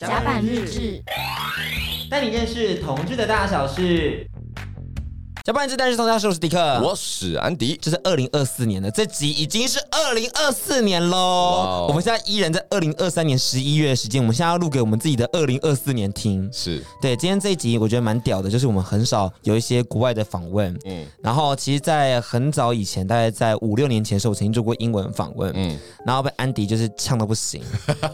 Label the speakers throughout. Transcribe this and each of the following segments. Speaker 1: 甲板日志，
Speaker 2: 带你认识同志的大小事。甲板日志，但是同家是我是迪克，
Speaker 3: 我是安迪，
Speaker 2: 这是二零二四年的这集已经是二零二四年
Speaker 3: 哇
Speaker 2: 喽
Speaker 3: 哦。
Speaker 2: 我们现在依然在二零二三年十一月的时间，我们现在要录给我们自己的二零二四年听。
Speaker 3: 是
Speaker 2: 对，今天这一集我觉得蛮屌的，就是我们很少有一些国外的访问，嗯
Speaker 3: 嗯，
Speaker 2: 然后其实，在很早以前，大概在五六年前的时候，我曾经做过英文访问，嗯
Speaker 3: 嗯，
Speaker 2: 然后被安迪就是呛到不行，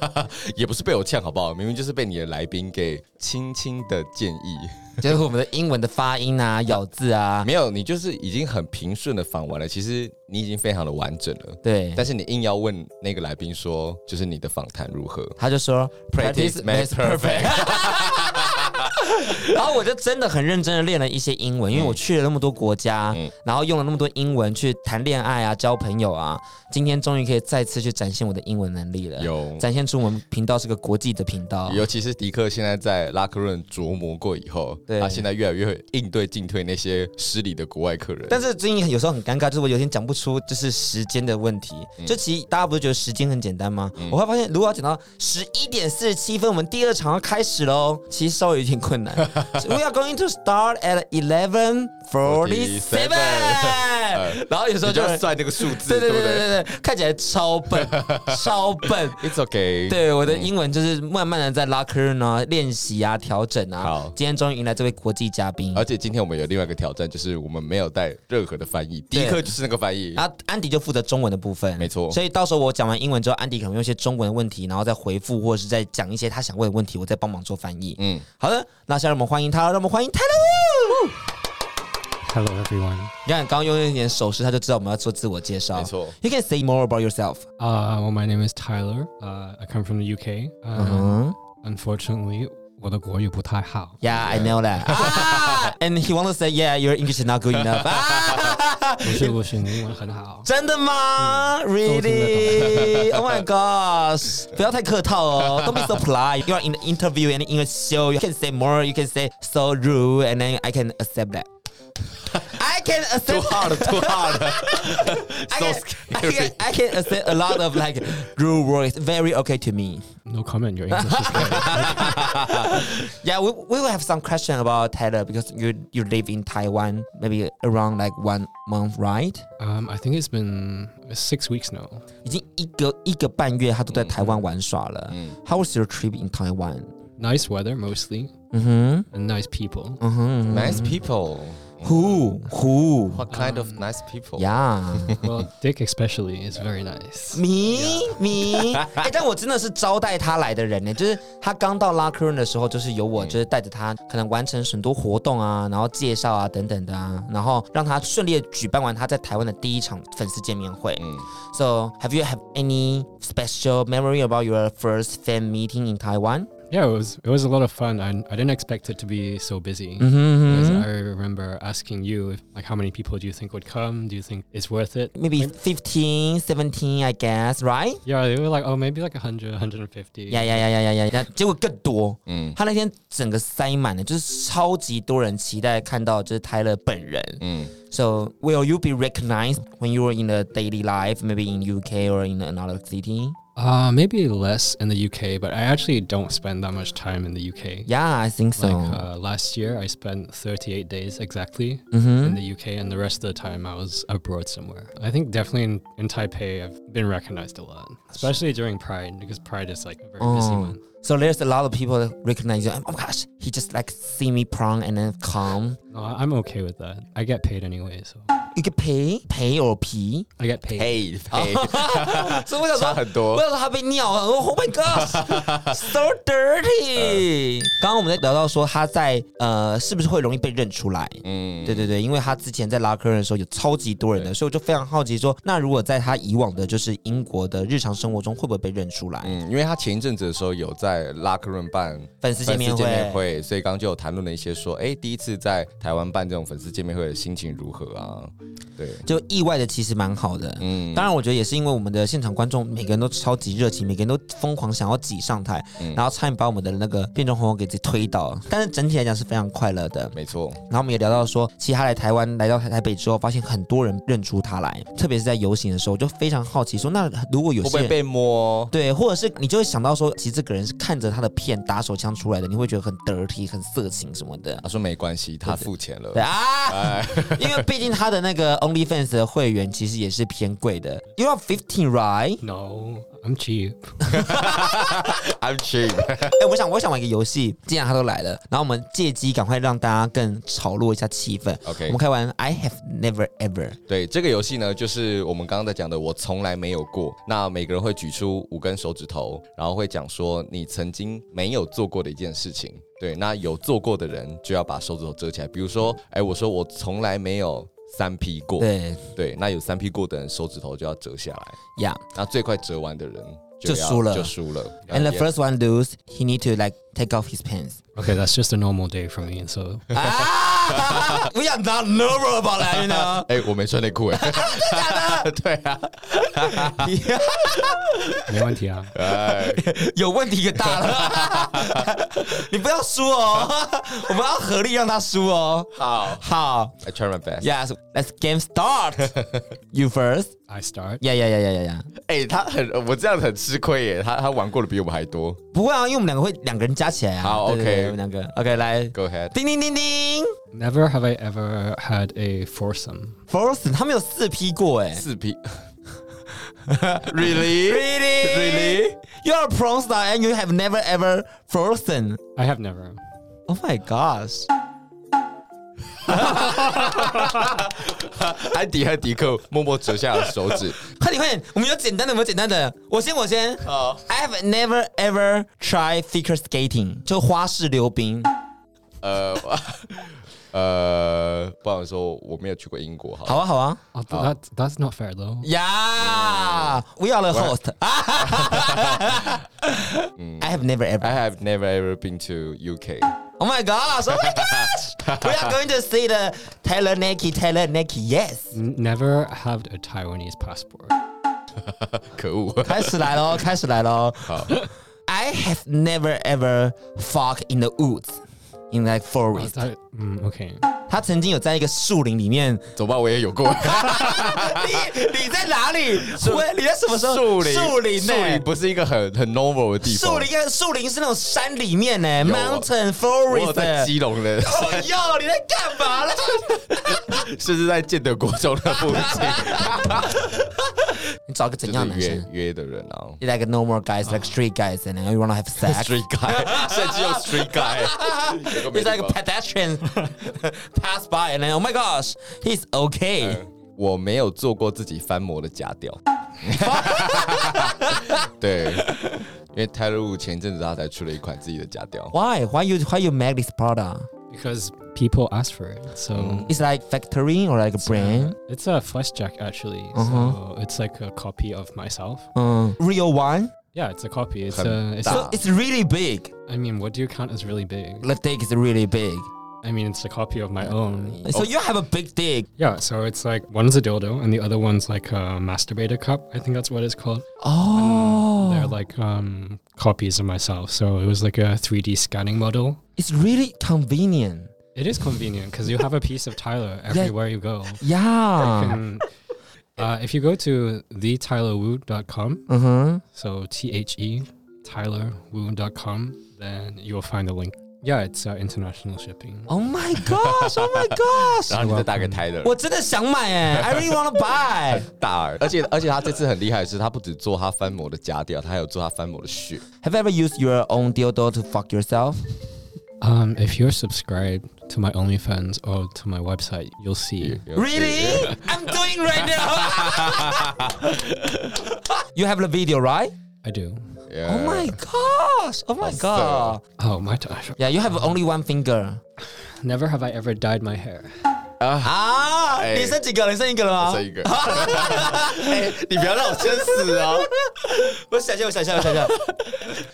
Speaker 3: 也不是被我呛好不好？明明就是被你的来宾给轻轻的建议，
Speaker 2: 就是我们的英文的发音啊、咬字 啊，
Speaker 3: 没有，你就是已经很平顺的访完了，其实你已经非常的完整了。
Speaker 2: 对，
Speaker 3: 但是你硬要问那个来宾说，就是你的访谈如何
Speaker 2: 他就说
Speaker 3: ？Practice makes perfect。
Speaker 2: 然后我就真的很认真的练了一些英文，因为我去了那么多国家，
Speaker 3: 嗯
Speaker 2: 然后用了那么多英文去谈恋爱啊、交朋友啊，今天终于可以再次去展现我的英文能力了，
Speaker 3: 有
Speaker 2: 展现出我们频道是个国际的频道，
Speaker 3: 尤其是迪克现在在拉克润琢磨过以后，
Speaker 2: 对
Speaker 3: 他现在越来越会应对进退那些失礼的国外客人。
Speaker 2: 但
Speaker 3: 是
Speaker 2: 是最近有时候很尴尬，就是我有点讲不出，就是时间的问题。
Speaker 3: 嗯
Speaker 2: 就其实大家不是觉得时间很简单吗？我会发现，如果要讲到十一点四十七分，我们第二场要开始喽，其实稍微有点困 难。We are going to start at eleven forty seven。然后 有时候
Speaker 3: 你
Speaker 2: 就
Speaker 3: 就
Speaker 2: 会
Speaker 3: 要算那个数字，
Speaker 2: 对对
Speaker 3: 不
Speaker 2: 对对对对，看起来超笨，超笨。
Speaker 3: i t s okay。
Speaker 2: 对，我的英文就是慢慢的在拉客呢练习啊，调整啊。
Speaker 3: 好
Speaker 2: 今天终于迎来这位国际嘉宾。
Speaker 3: 而且今天我们有另外一个挑战，就是我们没有带任何的翻译，第
Speaker 2: 对
Speaker 3: 一课就是那个翻译。
Speaker 2: 然后安迪就负责中文的部分，
Speaker 3: 没错
Speaker 2: 所以到时候我讲完英文之后，安迪可能会用一些中文的问题，然后再回复或者是再讲一些他想问的问题，我再帮忙做翻译。嗯
Speaker 3: 嗯，
Speaker 2: 好的，那现在让我们欢迎他，让我们欢迎 Tyler。
Speaker 4: Hello, everyone.
Speaker 2: 你看，刚刚用一点手势，他就知道我们要做自我介绍。
Speaker 3: 没错
Speaker 2: ，You can say more about yourself。
Speaker 4: Uh, well, my name is Tyler. Uh, I come from the UK. Uh,
Speaker 2: 嗯
Speaker 4: Unfortunately, 我的国语不太好。
Speaker 2: ，Yeah, I know that. 啊 And he wants to say, Yeah, your English is not good enough. 啊
Speaker 4: 不是不行，英文很好。
Speaker 2: 真的吗
Speaker 4: 都听得
Speaker 2: ？Really? Oh my gosh！不要太客套哦，Don't be so polite. You are in the interview and in a show. You can say more. You can say so rude, and then I can accept that. I can
Speaker 3: Too
Speaker 2: accept.
Speaker 3: hard, too hard.
Speaker 2: I
Speaker 3: so
Speaker 2: can, I can,
Speaker 3: scary.
Speaker 2: I can accept a lot of like rude words. Very okay to me.
Speaker 4: No comment. Your English is great.
Speaker 2: Yeah, we we will have some question about Tyler because you you live in Taiwan maybe around like one month, right?
Speaker 4: Um, I think it's been six weeks now.
Speaker 2: 已经一个一个半月，他都在台湾玩耍了。How was your trip in Taiwan？
Speaker 4: Nice weather mostly,
Speaker 2: 嗯哼，
Speaker 4: and nice people.
Speaker 2: 嗯哼
Speaker 3: Nice people.
Speaker 2: ，Who Who？
Speaker 3: What kind of nice people?
Speaker 2: 呀，
Speaker 4: Well, Dick especially is very nice.
Speaker 2: 迷迷，哎，但我真的是招待他来的人呢，就是他刚到拉克润的时候，就是由我就是带着他，可能完成很多活动啊，然后介绍啊等等的啊，然后让他顺利的举办完他在台湾的第一场粉丝见面会。
Speaker 3: 嗯
Speaker 2: So have you have any special memory about your first fan meeting in Taiwan？
Speaker 4: Yeah, it was it was a lot of fun. I, I didn't expect it to be so busy.
Speaker 2: 嗯哼
Speaker 4: Because I remember asking you, if, like, how many people do you think would come? Do you think it's worth it?
Speaker 2: maybe 15, 17, I guess, right?
Speaker 4: Yeah, they were like, oh, maybe like 100, 150.
Speaker 2: 呀呀呀呀呀呀呀！结果更多，
Speaker 3: 嗯
Speaker 2: 他那天整个塞满了，就是超级多人期待看到就是泰勒本人。
Speaker 3: 嗯
Speaker 2: So will you be recognized when you are in the daily life, maybe in UK or in another city?
Speaker 4: Uh, maybe less in the UK, but I actually don't spend that much time in the UK.
Speaker 2: Yeah, I think so.
Speaker 4: Like uh, last year, I spent 38 days exactly
Speaker 2: Mm-hmm.
Speaker 4: in the UK, and the rest of the time I was abroad somewhere. I think definitely in, in Taipei, I've been recognized a lot, especially during Pride, because Pride is like a very busy
Speaker 2: Oh.
Speaker 4: month.
Speaker 2: So there's a lot of people that recognize you. Oh my gosh, he just like see me prong and then come.
Speaker 4: No, I- I'm okay with that. I get paid anyway, so
Speaker 2: You can pay, pay or pee.
Speaker 4: I get paid.
Speaker 3: ，Hey hey，
Speaker 2: 所以我想说
Speaker 3: 差很多
Speaker 2: 我想说他被尿了。我 Oh my god，so dirty。刚刚我们在聊到说他在呃是不是会容易被认出来？
Speaker 3: 嗯，
Speaker 2: 对对对，因为他之前在拉客人的时候有超级多人的，所以我就非常好奇说，那如果在他以往的就是英国的日常生活中，会不会被认出来？
Speaker 3: 嗯，因为他前一阵子的时候有在拉克润办
Speaker 2: 粉丝见面会
Speaker 3: 粉丝见面会，所以刚刚就有谈论了一些说，哎，第一次在台湾办这种粉丝见面会的心情如何啊？对，
Speaker 2: 就意外的其实蛮好的。
Speaker 3: 嗯
Speaker 2: 当然，我觉得也是因为我们的现场观众每个人都超级热情，每个人都疯狂想要挤上台，
Speaker 3: 嗯
Speaker 2: 然后差点把我们的那个变装皇后给自己推倒。但是整体来讲是非常快乐的。
Speaker 3: 没错，
Speaker 2: 然后我们也聊到说，其实他来台湾来到台台北之后，发现很多人认出他来，特别是在游行的时候，我就非常好奇说，那如果有
Speaker 3: 会不
Speaker 2: 些
Speaker 3: 会
Speaker 2: 人。
Speaker 3: 被摸？
Speaker 2: 对，或者是你就会想到说，其实这个人是看着他的片打手枪出来的，你会觉得很得体、很色情什么的。
Speaker 3: 他说没关系，他付钱了
Speaker 2: 对。
Speaker 3: 哎
Speaker 2: 啊，因为毕竟他的那个 OnlyFans 的会员其实也是偏贵的，You are fifteen right？
Speaker 4: No, I'm cheap.
Speaker 3: I'm cheap。
Speaker 2: 哎、我想我想玩一个游戏，既然他都来了，然后我们借机赶快让大家更炒络一下气氛。我
Speaker 3: OK，
Speaker 2: 们可以玩 I have never ever。
Speaker 3: 对这个游戏呢，就是我们刚刚在讲的，我从来没有过。那每个人会举出五根手指头，然后会讲说你曾经没有做过的一件事情。对，那有做过的人就要把手指头遮起来。比如说，哎，我说我从来没有三 P 过。
Speaker 2: 对
Speaker 3: 对，那有三 P 过的人手指头就要折下来。
Speaker 2: 呀、
Speaker 3: 那最快折完的人
Speaker 2: 就
Speaker 3: 要
Speaker 2: 输了
Speaker 3: 就输了。
Speaker 2: a n d the
Speaker 3: Yeah.
Speaker 2: first one lose, he need to like take off his pants.
Speaker 4: Okay, that's just a normal day for me. So
Speaker 2: 啊 Ah!，We are not normal about that, you know.
Speaker 3: 哎、我没穿内裤哎， 对啊，
Speaker 4: no
Speaker 3: 哎，
Speaker 2: 有问题可大了， 你不要输 哦，我们要合力让他输哦。
Speaker 3: 好
Speaker 2: 好
Speaker 3: ，I try my best。
Speaker 2: ，Yes, let's game start. You first.
Speaker 4: I start.
Speaker 2: Yeah, yeah, yeah, yeah, yeah, yeah.
Speaker 3: 哎、他很，我这样很吃亏耶，他他玩过的比我们还多。
Speaker 2: 不会啊，因为我们两个会两个人加起来啊。
Speaker 3: 好
Speaker 2: 对对对
Speaker 3: OK
Speaker 2: 我们两个 OK 来，
Speaker 3: Go ahead。
Speaker 2: 叮叮叮叮
Speaker 4: Never have I ever had a foursome.
Speaker 2: ，Force 他们有四 P 过哎。
Speaker 3: 四 P。really？
Speaker 2: Really? You are a porn star and you have never ever frozen.
Speaker 4: I have never.
Speaker 2: Oh my gosh.
Speaker 3: 安迪和迪克默默折下了手 指。
Speaker 2: 快点快点，我们有简单的，有没有简单的？我先我先。
Speaker 3: 好
Speaker 2: I have never ever tried figure skating，就花式溜冰。
Speaker 3: 呃，呃，不然说我没有去过英国好了，
Speaker 2: 好啊好啊，
Speaker 4: Oh, th- that's that's not fair though.
Speaker 2: 呀、yeah,，We are the host 啊哈哈哈哈。I have never ever.
Speaker 3: I have never ever been to UK。
Speaker 2: Oh my gosh! Oh my gosh! We are going to see the Taylor Nike Taylor Nike. Yes.
Speaker 4: N- Never had a Taiwanese passport.
Speaker 3: 可恶！
Speaker 2: 开始来喽，开始来喽。
Speaker 3: 好
Speaker 2: I have never ever fuck in the woods, in like forest.
Speaker 4: That- mm, okay.
Speaker 2: 他曾经有在一个树林里面，
Speaker 3: 走吧，我也有 过。
Speaker 2: 你你在哪里？我你在什么时候？
Speaker 3: 树林，
Speaker 2: 树林
Speaker 3: 树林
Speaker 2: 呢？
Speaker 3: 不是一个很很 normal 的地方。
Speaker 2: 树林，树林是那种山里面呢
Speaker 3: 有
Speaker 2: ，mountain
Speaker 3: 我有
Speaker 2: forest
Speaker 3: 在
Speaker 2: 呢。
Speaker 3: 基隆 的，
Speaker 2: 哦哟，你在干嘛 啦？
Speaker 3: 甚至在建德国中的附近，
Speaker 2: 你找个 怎
Speaker 3: 就
Speaker 2: 样
Speaker 3: 是
Speaker 2: 的男
Speaker 3: 约
Speaker 2: 生
Speaker 3: 约的人啊。
Speaker 2: ？You like normal guys, like street guys, and you wanna have sex.
Speaker 3: Street guy，甚至有 street guy，有个没
Speaker 2: It's
Speaker 3: 地
Speaker 2: like a
Speaker 3: 方
Speaker 2: pedestrian pass by, and then oh my gosh, he's
Speaker 3: Uh.
Speaker 2: okay.
Speaker 3: 我没有做过自己翻模的假屌。 对，因为泰勒伍前一阵子他才出了一款自己的假屌。
Speaker 2: Why? Why you why you make this product?
Speaker 4: Because Mm. people asked for it. So
Speaker 2: It's like factory or
Speaker 3: uh,
Speaker 2: like a brand?
Speaker 4: it's a flesh jack actually.
Speaker 2: Uh-huh.
Speaker 4: So it's like a copy of myself.
Speaker 2: Um, real one.
Speaker 4: Yeah, it's a copy. It's
Speaker 3: Hun-
Speaker 4: a. It's
Speaker 2: So
Speaker 4: a
Speaker 2: it's really big.
Speaker 4: I mean, what do you count as really big?
Speaker 2: The dick is really big.
Speaker 4: I mean, it's a copy of my own.
Speaker 2: So you have a big dick.
Speaker 4: Yeah, so it's like one's a dildo and the other one's like a masturbator cup. I think that's what it's called. They're
Speaker 2: Oh,
Speaker 4: like um, copies of myself. So it was like a 3D scanning model.
Speaker 2: it's really convenient.
Speaker 4: It is convenient because you have a piece of Tyler everywhere you go.
Speaker 2: Yeah.
Speaker 4: And, uh, if you go to thetylerwu.com,
Speaker 2: Uh huh.
Speaker 4: so T H E tylerwu.com, then you'll find the link. Yeah, it's uh, international shipping.
Speaker 2: Oh my gosh! Oh my gosh!
Speaker 3: 然后你再打给泰勒，
Speaker 2: 我真的想买 哎、i really wanna buy.
Speaker 3: 大而且而且他这次很厉害的是，他不只做他翻模的假屌，他还有做他翻模的血。
Speaker 2: Have you ever used your own dildo to fuck yourself?
Speaker 4: Um, if you're subscribed to my OnlyFans or to my website, you'll see.
Speaker 2: Really? I'm doing right now. you have the video, right?
Speaker 4: I do.
Speaker 3: Yeah.
Speaker 2: Oh my gosh! Oh my god!
Speaker 4: Oh, my gosh.
Speaker 2: Yeah, you have only one finger.
Speaker 4: Never have I ever dyed my hair.
Speaker 2: Ah. 啊，
Speaker 3: 哎
Speaker 2: 你剩几个？你剩一个了吗？
Speaker 3: 这一个，哎你不要让我先死哦！
Speaker 2: 我想一下，我想一下，我想一 下。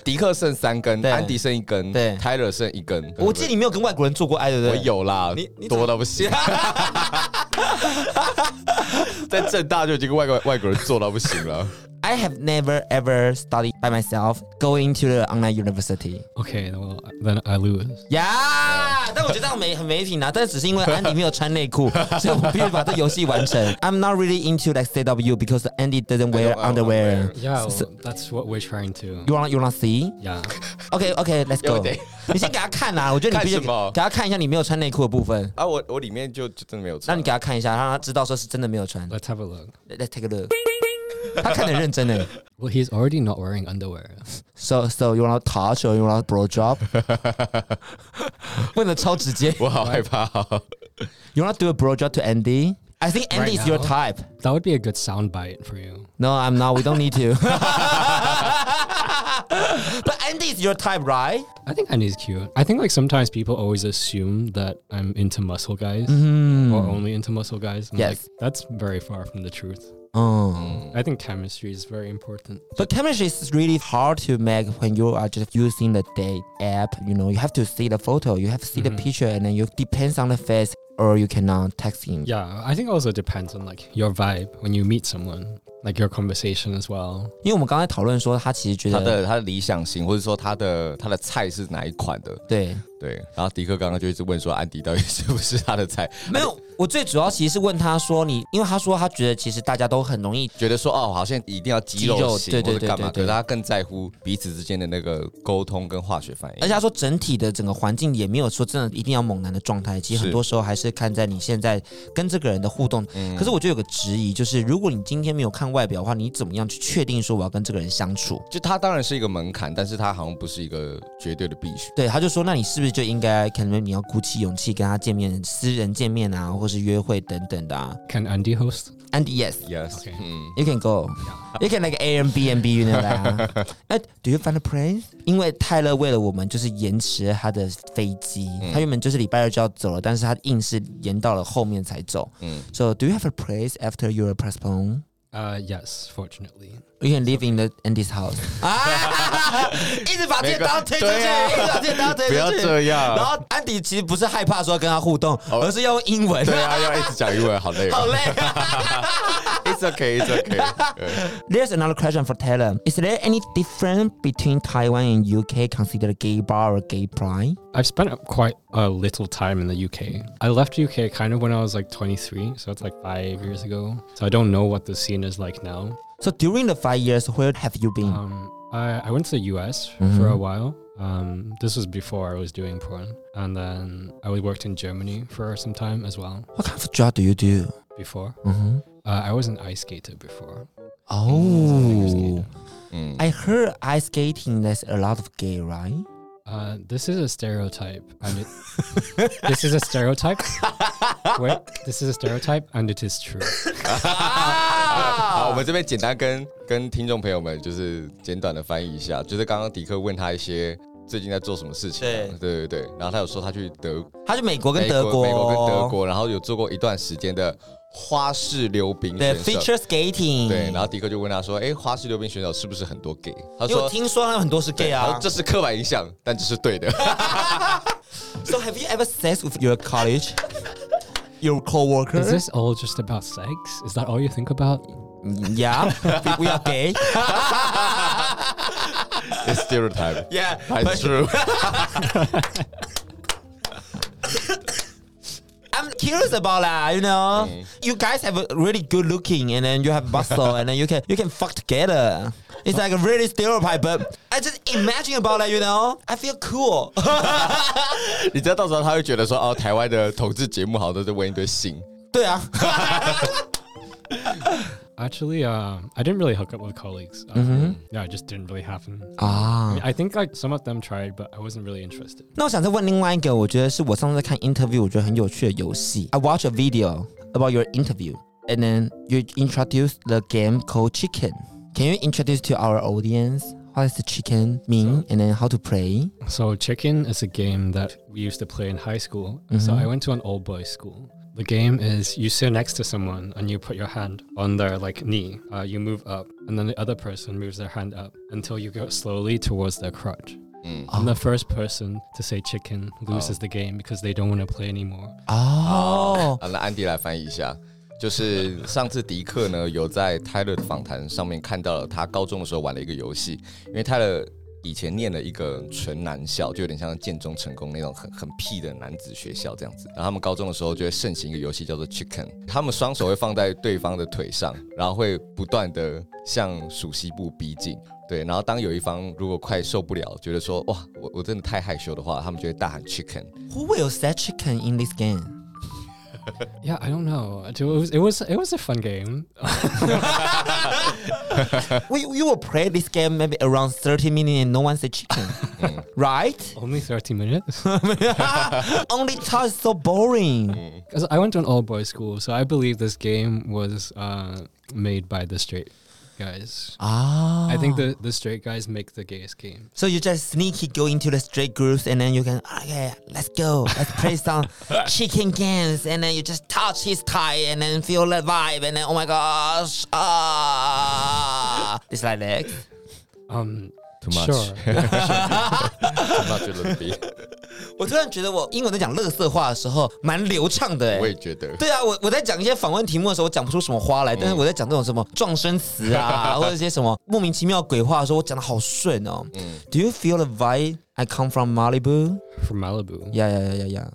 Speaker 3: 迪克剩三根，
Speaker 2: 对
Speaker 3: 安迪剩一根，
Speaker 2: 对
Speaker 3: 泰勒剩一根。
Speaker 2: 我记得你没有跟外国人做过爱，对不
Speaker 3: 我
Speaker 2: 对？
Speaker 3: 有啦
Speaker 2: 你你，怎么
Speaker 3: 多到不行。在正大就已经外国外国人做到不行了。
Speaker 2: I have never ever studied by myself going to the online university.
Speaker 4: Okay, well, then I lose.
Speaker 2: 呀、但我觉得这样没很没品啊。但只是因 为安迪没有穿内 裤，所以我必须把这游戏完成。I'm not really into like CW because Andy doesn't wear
Speaker 3: I don't
Speaker 2: underwear.
Speaker 3: wear
Speaker 4: Yeah, well, that's what we're trying to.
Speaker 2: You wanna you wanna see?
Speaker 4: Yeah.
Speaker 2: OK OK, let's
Speaker 3: 又
Speaker 2: go
Speaker 3: 得。
Speaker 2: 你先给他看啊，我觉得你必须
Speaker 3: 看什么
Speaker 2: 给他看一下你没有穿内裤的部分，
Speaker 3: 啊，我我里面就就真的没有啊
Speaker 2: 让
Speaker 3: 穿
Speaker 2: 你。给他看一下，让他知道说是真的没有穿。
Speaker 4: Let's have a look.
Speaker 2: Let's take a look. 他看得很认真诶。
Speaker 4: Well, he's already not wearing underwear.
Speaker 2: So so you wanna touch or you wanna blow job？问的超直 接。
Speaker 3: 我好害怕、哦。
Speaker 2: You wanna do a blow job to Andy? I think Andy
Speaker 4: Right
Speaker 2: is your
Speaker 4: now?
Speaker 2: type.
Speaker 4: That would be a good soundbite for you.
Speaker 2: No, I'm not. We don't need to. but Andy is your type, right?
Speaker 4: I think Andy's cute. I think like sometimes people always assume that I'm into muscle guys or only into muscle guys. And
Speaker 2: Mm. Yes.
Speaker 4: like that's very far from the truth. Mm.
Speaker 2: Oh.
Speaker 4: I think chemistry is very important.
Speaker 2: But chemistry is really hard to make when you are just using the date app. You know, you have to see the photo, you have to see
Speaker 4: Mm-hmm.
Speaker 2: the picture, and then you depends on the face, or you cannot text him.
Speaker 4: Yeah, I think it also depends on like your vibe when you meet someone, like your conversation as well.
Speaker 2: 因为我们刚才讨论说，他其实觉
Speaker 3: 他
Speaker 2: 得
Speaker 3: 的他的理想型，或者说他的他的菜是哪一款的？
Speaker 2: 对，
Speaker 3: 对。然后迪克刚刚就一直问说，安迪到底是不是他的菜？
Speaker 2: 没有。我最主要其实是问他说你，因为他说他觉得其实大家都很容易
Speaker 3: 觉得说哦，好像一定要肌
Speaker 2: 肌
Speaker 3: 肉
Speaker 2: 肉
Speaker 3: 型
Speaker 2: 对对
Speaker 3: 或者
Speaker 2: 对
Speaker 3: 干嘛，
Speaker 2: 对对
Speaker 3: 可是他更在乎彼此之间的那个沟通跟化学反应。
Speaker 2: 而且他说整体的整个环境也没有说真的一定要猛男的状态，其实
Speaker 3: 是
Speaker 2: 很多时候还是看在你现在跟这个人的互动。可是我就有个质疑，就是如果你今天没有看外表的话，你怎么样去确定说我要跟这个人相处？
Speaker 3: 就他当然是一个门槛，但是他好像不是一个绝对的必须。
Speaker 2: 对，他就说，那你是不是就应该可能你要鼓起勇气跟他见面，私人见面啊，或是约会等等的啊。
Speaker 4: Can Andy host?
Speaker 2: And yes,
Speaker 3: Yes，、
Speaker 4: Okay.
Speaker 3: 嗯
Speaker 2: you can go. You can like Airbnb, you know that. 哎，Do you find a place？因为泰勒为了我们就是延迟了他的飞机，他原本就是礼拜二就要走了，但是他硬是延到了后面才走。
Speaker 3: 嗯，
Speaker 2: So do you have a place after your postpone?
Speaker 4: Uh, yes, fortunately.
Speaker 2: You can live in the Andy's house. 啊，一直把自己当推出去，
Speaker 3: 对啊
Speaker 2: 一直把自己当推出去。
Speaker 3: 不要这
Speaker 2: 然
Speaker 3: 样。
Speaker 2: 后安迪其实不是害怕说要跟他互动，而是要用英文。
Speaker 3: 对啊，要一直讲英文，好累、哦。
Speaker 2: 好累啊。
Speaker 3: It's okay, it's okay 对。
Speaker 2: There's another question for Taylor. Is there any difference between Taiwan and UK considered gay bar or gay pride?
Speaker 4: I've spent quite a little time in the UK. I left UK kind of when I was like 23, so it's like five years ago. So I don't know what the scene is like now.
Speaker 2: So during the five years, where have you been?
Speaker 4: Um, I, I went to the US for a while. Um, this was before I was doing porn, and then I worked in Germany for some time as well.
Speaker 2: What kind of job do you do?
Speaker 4: Before
Speaker 2: hmm
Speaker 4: uh, I was an ice skater before.
Speaker 2: Oh,
Speaker 3: 嗯，
Speaker 2: I heard ice skating. There's a lot of gay, right?
Speaker 4: Uh, this is a stereotype, and it, this is a stereotype. Wait, this is a stereotype, and it is true.
Speaker 2: Ah!
Speaker 3: 好，我们这边简单跟跟听众朋友们就是简短的翻译一下，就是刚刚迪克问他一些最近在做什么事情啊、对对对，然后他有说他去德
Speaker 2: 他去美国跟
Speaker 3: 美
Speaker 2: 德
Speaker 3: 美国跟德国，然后有做过一段时间的花式溜冰
Speaker 2: 对
Speaker 3: 选手。
Speaker 2: feature skating。
Speaker 3: 对，然后迪克就问他说：“哎，花式溜冰选手是不是很多 gay？” 他
Speaker 2: 因为我
Speaker 3: 说
Speaker 2: 听说他很多是：“
Speaker 3: 对
Speaker 2: gay
Speaker 3: 他
Speaker 2: 啊
Speaker 3: 说。这是刻板印象，但这是对 的。
Speaker 2: So have you ever sex with your college, your coworker?
Speaker 4: Is this all just about sex? Is that all you think about?
Speaker 2: Mm, Yeah, we are gay.
Speaker 3: It's stereotype.
Speaker 2: Yeah,
Speaker 3: It's true.
Speaker 2: I'm curious about that. You know, you guys have a really good looking, and then you have muscle, and then you can you can fuck together. It's like a really stereotype, but I just imagine about that. You know, I feel cool.
Speaker 3: 你知道到时候他会觉得说：“哦，台湾的统治节目好像都在问一堆性。
Speaker 2: 对啊，
Speaker 4: Actually, uh, I didn't really hook up with colleagues. Uh, Yeah, it just didn't really happen.
Speaker 2: 啊
Speaker 4: I, mean, I think like some of them tried, but I wasn't really interested.
Speaker 2: 那我想再问另外一个，我觉得是我上次在看 interview，我觉得很有趣的游戏。I watch a video about your interview, and then you introduce the game called Chicken. Can you introduce to our audience what is the Chicken mean and then how to play?
Speaker 4: So chicken is a game that we used to play in high school. So I went to an all boys school. The game is you sit next to someone and you put your hand on their like knee. Uh, you move up, and then the other person moves their hand up until you go slowly towards their crotch. ”
Speaker 3: 嗯，
Speaker 4: And the first person to say
Speaker 3: Oh.
Speaker 4: chicken loses the game because they don't want to play anymore.
Speaker 2: 哦
Speaker 3: 好，那安迪来翻译一下。就是上次迪克呢有在泰勒的访谈上面看到了他高中的时候玩了一个游戏，因为泰勒以前念了一个纯男校，就有点像建中成功那种很很屁的男子学校这样子。然后他们高中的时候就会盛行一个游戏叫做 Chicken，他们双手会放在对方的腿上，然后会不断的向属西部逼近。对，然后当有一方如果快受不了，觉得说哇，我我真的太害羞的话，他们就会大喊 chicken。
Speaker 2: Who will say chicken in this game？
Speaker 4: Yeah, I don't know. It was it was it was a fun game.
Speaker 2: We you will play this game maybe around thirty minutes and no one say chicken, Mm. right?
Speaker 4: Only thirty minutes.
Speaker 2: Only touch so boring.
Speaker 4: Because I went to an all boys school, so I believe this game was uh, made by the straight guys.
Speaker 2: Ah,
Speaker 4: I think the, the straight guys make the gayest game.
Speaker 2: so you just sneaky go into the straight groups and then you can okay, let's go, let's play some chicken games and then you just touch his tie and then feel the vibe and then oh my gosh, ah, it's like that.
Speaker 4: Um,
Speaker 3: Too much.
Speaker 4: sure.
Speaker 3: Not j u l b
Speaker 2: 我突然觉得我英文在讲乐色话的时候蛮流畅的、欸，
Speaker 3: 我也觉得。
Speaker 2: 对啊，我我在讲一些访问题目的时候，我讲不出什么花来，但是我在讲这种什么撞声词啊，或者一些什么莫名其妙鬼话的时候，我讲的好顺哦。Do you feel the vibe? I come from Malibu.
Speaker 4: From Malibu,
Speaker 2: Yeah, yeah, yeah, yeah,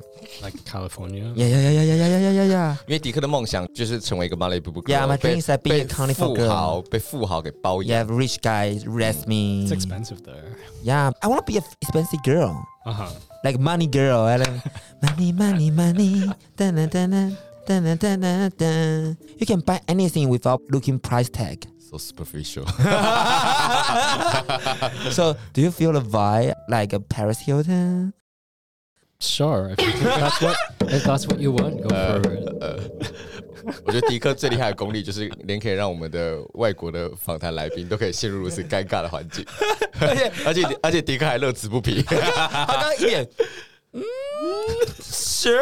Speaker 4: like California.
Speaker 2: yeah, yeah, yeah, yeah, yeah, yeah, yeah, yeah, yeah.
Speaker 3: 因为迪克的梦想就是成为一个 Malay b u b
Speaker 2: Yeah, my dream is to be a
Speaker 3: 被
Speaker 2: carnival
Speaker 3: 富豪被富豪给包
Speaker 2: Yeah,
Speaker 3: 养。
Speaker 2: rich guy, rest me.
Speaker 4: It's expensive there.
Speaker 2: Yeah, I want to be a expensive girl,
Speaker 4: Uh huh.
Speaker 2: like money girl. I like money, money, money. Dun, dun, dun, dun, dun, dun, dun, dun, dun. You can buy anything without looking price tag.
Speaker 3: So superficial.
Speaker 2: so do you feel the vibe like a Paris Hilton?
Speaker 4: Sure. If you think that's what if that's what you want, go for it.
Speaker 3: 我觉得迪克最厉害的功力就是连可以让我们的外国的访谈来宾都可以陷入如此尴尬的环境，而且 而且而且迪克还乐此不疲。
Speaker 2: 他刚刚一脸，嗯，是。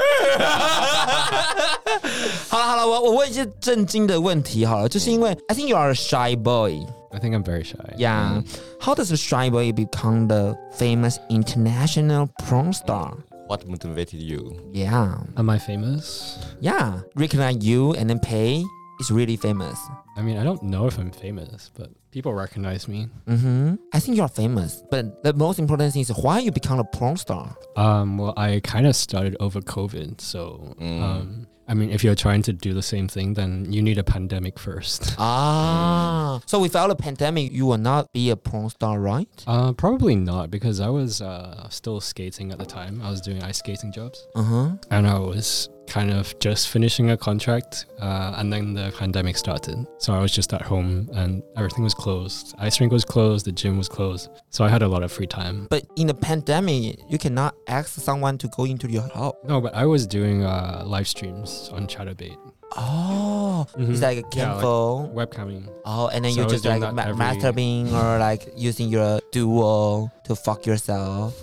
Speaker 2: 好了好了，我我问一些震惊的问题好了，就是因为 I think you are a shy boy.
Speaker 4: I think I'm very shy.
Speaker 2: Yeah, how does a shy boy become the famous international porn star?
Speaker 3: What motivated you?
Speaker 2: Yeah,
Speaker 4: Am I famous?
Speaker 2: yeah. Recognize you and then pay is really famous.
Speaker 4: I mean, I don't know if I'm famous, but people recognize me.
Speaker 2: Mm-hmm. I think you are famous, but the most important thing is why you become a porn star.
Speaker 4: Um, well, I kind of started over COVID, so um, I mean, if you're trying to do the same thing, then you need a pandemic first.
Speaker 2: Ah, so without a pandemic, you will not be a porn star, right?
Speaker 4: Uh, probably not because I was uh, still skating at the time. I was doing ice skating jobs,
Speaker 2: Uh huh.
Speaker 4: and I was kind of just finishing a contract, uh, and then the pandemic started. So I was just at home, and everything was closed. Ice rink was closed, the gym was closed, so I had a lot of free time.
Speaker 2: But in the pandemic, you cannot ask someone to go into your house.
Speaker 4: No, but I was doing uh, live streams on Chatterbait,
Speaker 2: Oh, it's
Speaker 4: Mhm.
Speaker 2: like a
Speaker 4: Yeah,
Speaker 2: cam
Speaker 4: like-
Speaker 2: phone.
Speaker 4: webcamming.
Speaker 2: oh, and then
Speaker 4: So I
Speaker 2: you
Speaker 4: was
Speaker 2: just like
Speaker 4: doing
Speaker 2: ma-
Speaker 4: that every-
Speaker 2: masturbating or like using your duo to fuck yourself.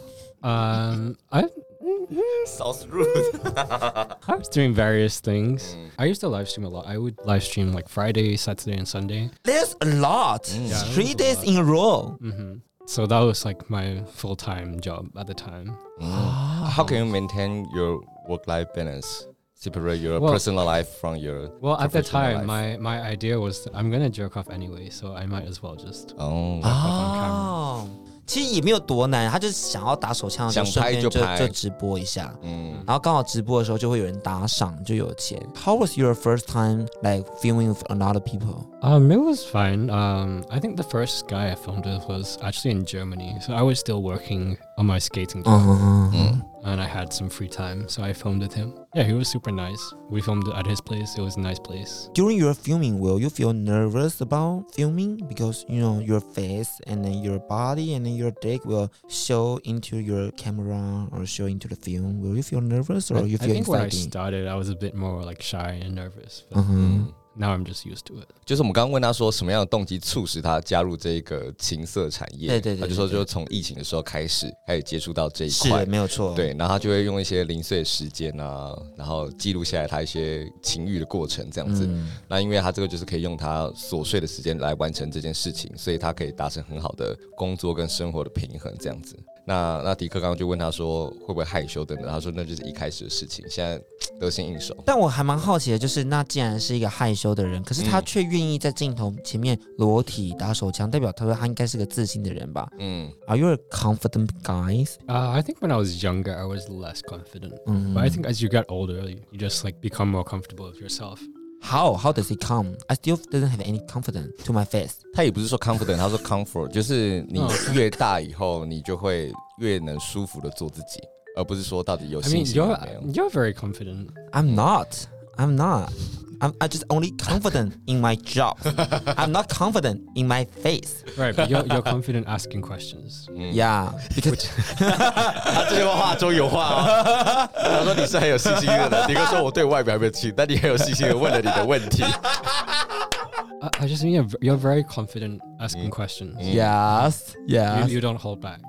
Speaker 4: Um, I
Speaker 3: Sounds rude.
Speaker 4: I was doing various things.
Speaker 2: Mm.
Speaker 4: I used to live stream a lot. I would live stream like Friday, Saturday, and Sunday.
Speaker 2: There's a lot.
Speaker 4: Yeah, that
Speaker 2: Mm. Three
Speaker 4: was a
Speaker 2: days
Speaker 4: lot.
Speaker 2: in a row.
Speaker 4: hmm So that was like my full time job at the time.
Speaker 3: Mm.
Speaker 2: Ah.
Speaker 3: How can you maintain your work-life balance? Separate your
Speaker 4: Well-
Speaker 3: personal life from your
Speaker 4: Well, at the
Speaker 3: professional
Speaker 4: time,
Speaker 3: life?
Speaker 4: my my idea was that I'm gonna jerk off anyway, so I might as well just.
Speaker 3: 哦、
Speaker 2: Ah. 哦，Oh. 其实也没有多难，他就是 Ah. 想要打手枪，
Speaker 3: 想
Speaker 2: 顺
Speaker 3: 拍
Speaker 2: 便
Speaker 3: 就
Speaker 2: 就
Speaker 3: 拍
Speaker 2: 就直播一下。
Speaker 3: 嗯，
Speaker 2: 然后刚好直播的时候就会有人打赏，就有钱。How was your first time like filming with another people?
Speaker 4: Um, it was fine. Um, I think the first guy I filmed with was actually in Germany, so I was still working on my
Speaker 2: Oh.
Speaker 4: skating, job,
Speaker 2: 嗯
Speaker 3: 嗯
Speaker 4: and I had some free time, so I filmed with him. Yeah, he was super nice. We filmed at his place. It was a nice place.
Speaker 2: During your filming, will you feel nervous about filming because you know your face and then your body and then your dick will show into your camera or show into the film? Will you feel nervous or
Speaker 4: I,
Speaker 2: you
Speaker 4: I
Speaker 2: feel
Speaker 4: think when I
Speaker 2: excited?
Speaker 4: started, I was a bit more like shy and nervous, but
Speaker 2: 嗯哼
Speaker 3: 嗯，
Speaker 4: now I'm just used to it.
Speaker 3: 就是我们刚刚问他说，什么样的动机促使他加入这个情色产业？
Speaker 2: 对对对
Speaker 3: 他就说
Speaker 2: 对对
Speaker 3: 就从疫情的时候开始开始接触到这一
Speaker 2: 是
Speaker 3: 块。
Speaker 2: 没有错。
Speaker 3: 对，然后他就会用一些零碎的时间啊，然后记录下来他一些情欲的过程这样子。
Speaker 2: 嗯，
Speaker 3: 那因为他这个就是可以用他琐碎嗯的时间来完成这件事情，所以他可以达成很好的工作跟生活的平衡这样子。那那迪克刚刚就问他说会不会害羞等等，他说那就是一开始的事情，现在得心应手。
Speaker 2: 但我还蛮好奇的，就是那既然是一个害羞的人，可是他却愿意在镜头前面裸体打手枪，代表他说他应该是个自信的人吧
Speaker 3: 嗯，
Speaker 2: ？Are you a confident guys？
Speaker 4: Uh, I think when I was younger, I was less confident.
Speaker 2: 嗯
Speaker 4: But I think as you get older, you you just like become more comfortable with yourself.
Speaker 2: How how does it come? I still doesn't have any confidence to my face.
Speaker 3: 他也不是说 confident，他说 comfort，就是你
Speaker 4: 哦
Speaker 3: 越大以后，你就会越能舒服的做自己，而不是说到底有
Speaker 4: I
Speaker 3: 信
Speaker 4: mean,
Speaker 3: 心还
Speaker 4: you're
Speaker 3: 没有。
Speaker 4: you're very confident.
Speaker 2: I'm not. I'm not. I'm I just only confident in my job. I'm not confident in my face.
Speaker 4: Right, but you're, you're confident asking questions.
Speaker 2: Yeah, because
Speaker 3: 他啊这句话话中有话哦。 他说你是很有信心的人，迪克说我对外表还没有信，但你很有信心的问了你的问 题。
Speaker 4: I, I just mean you're, v- you're very confident asking questions.
Speaker 2: yes,
Speaker 4: You,
Speaker 2: yes.
Speaker 4: you don't hold back.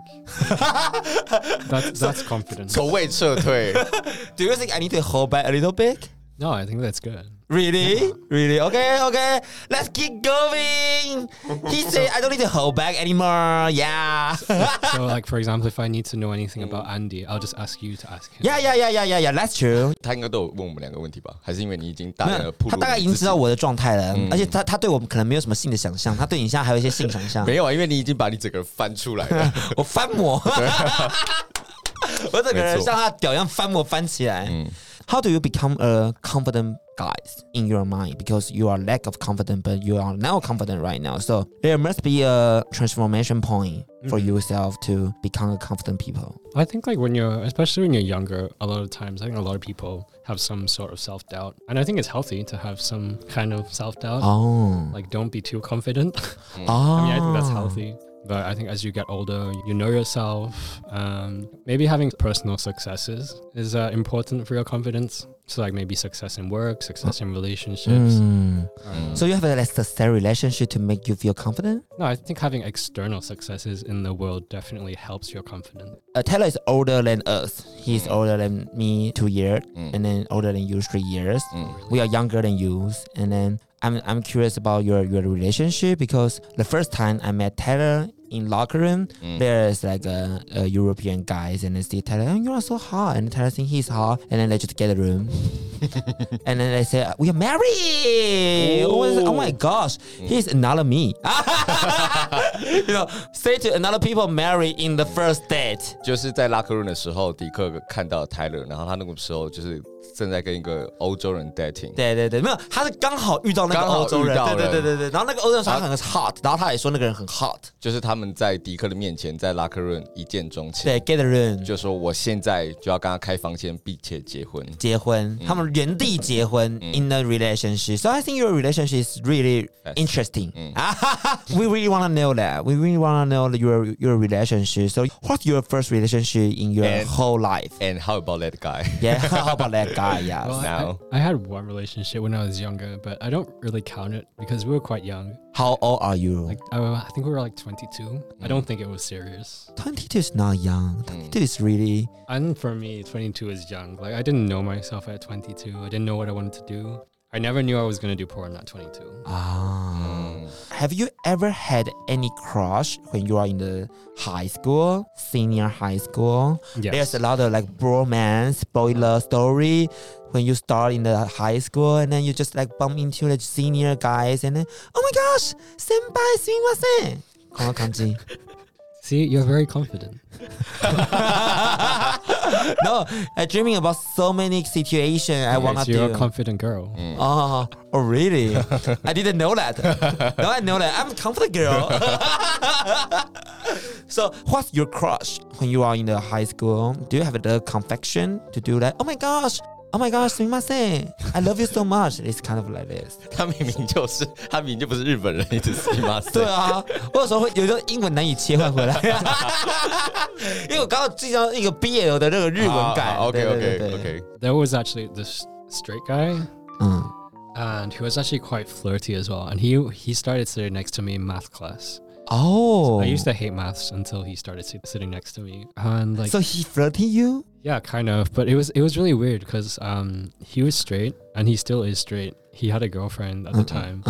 Speaker 4: that's that's confident.
Speaker 3: 从未撤退，
Speaker 2: Do you think I need to hold back a little bit?
Speaker 4: No, I think that's good.
Speaker 2: Really? Really? Okay, okay. Let's keep going. He said I don't need to hold back anymore. Yeah.
Speaker 4: So, like for example, if I need to know anything about Andy, I'll just ask you to ask him.
Speaker 2: yeah, yeah, yeah, yeah, yeah, yeah. That's true.
Speaker 3: 他应该都有问我们两个问题吧？还是因为你已经大
Speaker 2: 没
Speaker 3: 量的
Speaker 2: 有，
Speaker 3: 铺
Speaker 2: 他大概已经知道我的状态了，
Speaker 3: 嗯
Speaker 2: 而且他他对我们可能没有什么性的想象，他对你现在还有一些性想 象。
Speaker 3: 没有啊，因为你已经把你整个人翻出来 了。
Speaker 2: 我翻模，我整个人
Speaker 3: 没错
Speaker 2: 像他屌一样翻模翻起来。How do you become a confident guys in your mind? Because you are lack of confidence, but you are now confident right now. So there must be a transformation point for
Speaker 4: Mm-hmm.
Speaker 2: yourself to become a confident people.
Speaker 4: I think like when you're, especially when you're younger, a lot of times I think a lot of people have some sort of self doubt, and I think it's healthy to have some kind of self doubt.
Speaker 2: Ah. 哦
Speaker 4: Like, don't be too confident. I
Speaker 2: 哦
Speaker 4: mean, I think
Speaker 2: Ah.
Speaker 4: that's
Speaker 2: Oh.
Speaker 4: healthy. But I think as you get older, you know yourself. Um, maybe having personal successes is uh, important for your confidence. So, like maybe success in work, success in relationships.
Speaker 2: 嗯
Speaker 4: Um,
Speaker 2: Mm. ，So you have a necessary relationship to make you feel confident.
Speaker 4: no, I think having external successes in the world definitely helps your confidence.
Speaker 2: uh, Taylor is older than us. He's older than me two years, and then older than you three years. We are younger than you, and then I'm I'm curious about your your relationship because the first time I met Taylor in locker room, there is like a, a European guys, and they see Taylor, oh, you are so hot, and Taylor think he's hot, and then they just get a room, and then they say we are married. Oh, my- oh my gosh, he's another me. you know, say to another people marry in the first date.
Speaker 3: 就是在拉克润的时候，迪克看到 Tyler，然后他那个时候就是正在跟一个欧洲人 dating，
Speaker 2: 对对对，没有，他是刚好遇到那个
Speaker 3: 刚好
Speaker 2: 欧洲人
Speaker 3: 遇，到
Speaker 2: 对
Speaker 3: 了
Speaker 2: 对对对对，然后那个欧洲人说他很 hot，然后他也说那个人很 hot，
Speaker 3: 就是他们在迪克的面前，在拉克润一见钟情，
Speaker 2: 对，get 人
Speaker 3: 就说我现在就要跟他开房间，并且结婚。
Speaker 2: 结婚，他们原地结婚，in a relationship，so I think your relationship is really interesting。啊哈哈，we really wanna know that，we really wanna know your your relationship，so what's your first relationship in your
Speaker 3: And-
Speaker 2: whole life？
Speaker 3: And how about that guy?
Speaker 2: Yeah，how about that guy？Yeah，
Speaker 4: Well,
Speaker 3: Now.
Speaker 4: I, I had one relationship when I was younger, but I don't really count it because we were quite young.
Speaker 2: how old are you？
Speaker 4: Like, I, I think we were like 22. I
Speaker 2: Mm.
Speaker 4: don't think it was serious.
Speaker 2: Twenty two is not young.
Speaker 3: Mm.
Speaker 2: Twenty two is really
Speaker 4: And for me, 22 is young. Like, I didn't know myself at 22. I didn't know what I wanted to do. I never knew I was going to do porn at 22.
Speaker 2: Ah. Have you ever had any crush when you are in the high school, senior high school?
Speaker 4: Yes.
Speaker 2: There's a lot of like bromance, boy love story when you start in the high school and then you just like bump into the senior guys and then, oh my gosh, senpai, sumimasen. Kono kanji.
Speaker 4: See, you're very confident.
Speaker 2: no, i dreaming about so many situations I want
Speaker 4: Yes,
Speaker 2: to
Speaker 4: you're
Speaker 2: do.
Speaker 4: a confident girl.
Speaker 2: Oh, oh, really? I didn't know that. Now I know that. I'm a confident girl. so, what's your crush when you are in the high school? Do you have the confection to do that? Oh my gosh. Oh my gosh, すみません I love you so much. It's kind of like this.
Speaker 3: 他明明就是，他明明就不是日本人，一直 s 吗？
Speaker 2: 对啊，uh, 我有时候会有时候英文难以切换回来，因为我刚刚记到一个 BL 的那个日文感。
Speaker 3: 啊 OK
Speaker 2: 对
Speaker 3: OK
Speaker 2: 对对对
Speaker 3: OK，
Speaker 4: There was actually this straight guy,
Speaker 2: 嗯
Speaker 4: and he was actually quite flirty as well. And he he started sitting next to me in math class.
Speaker 2: 哦
Speaker 4: I used to hate maths until he started sit- sitting next to me. And like,
Speaker 2: So he flirting you?
Speaker 4: yeah, kind of. But it was it was really weird because um, he was straight, and he still is straight. he had a girlfriend at the time,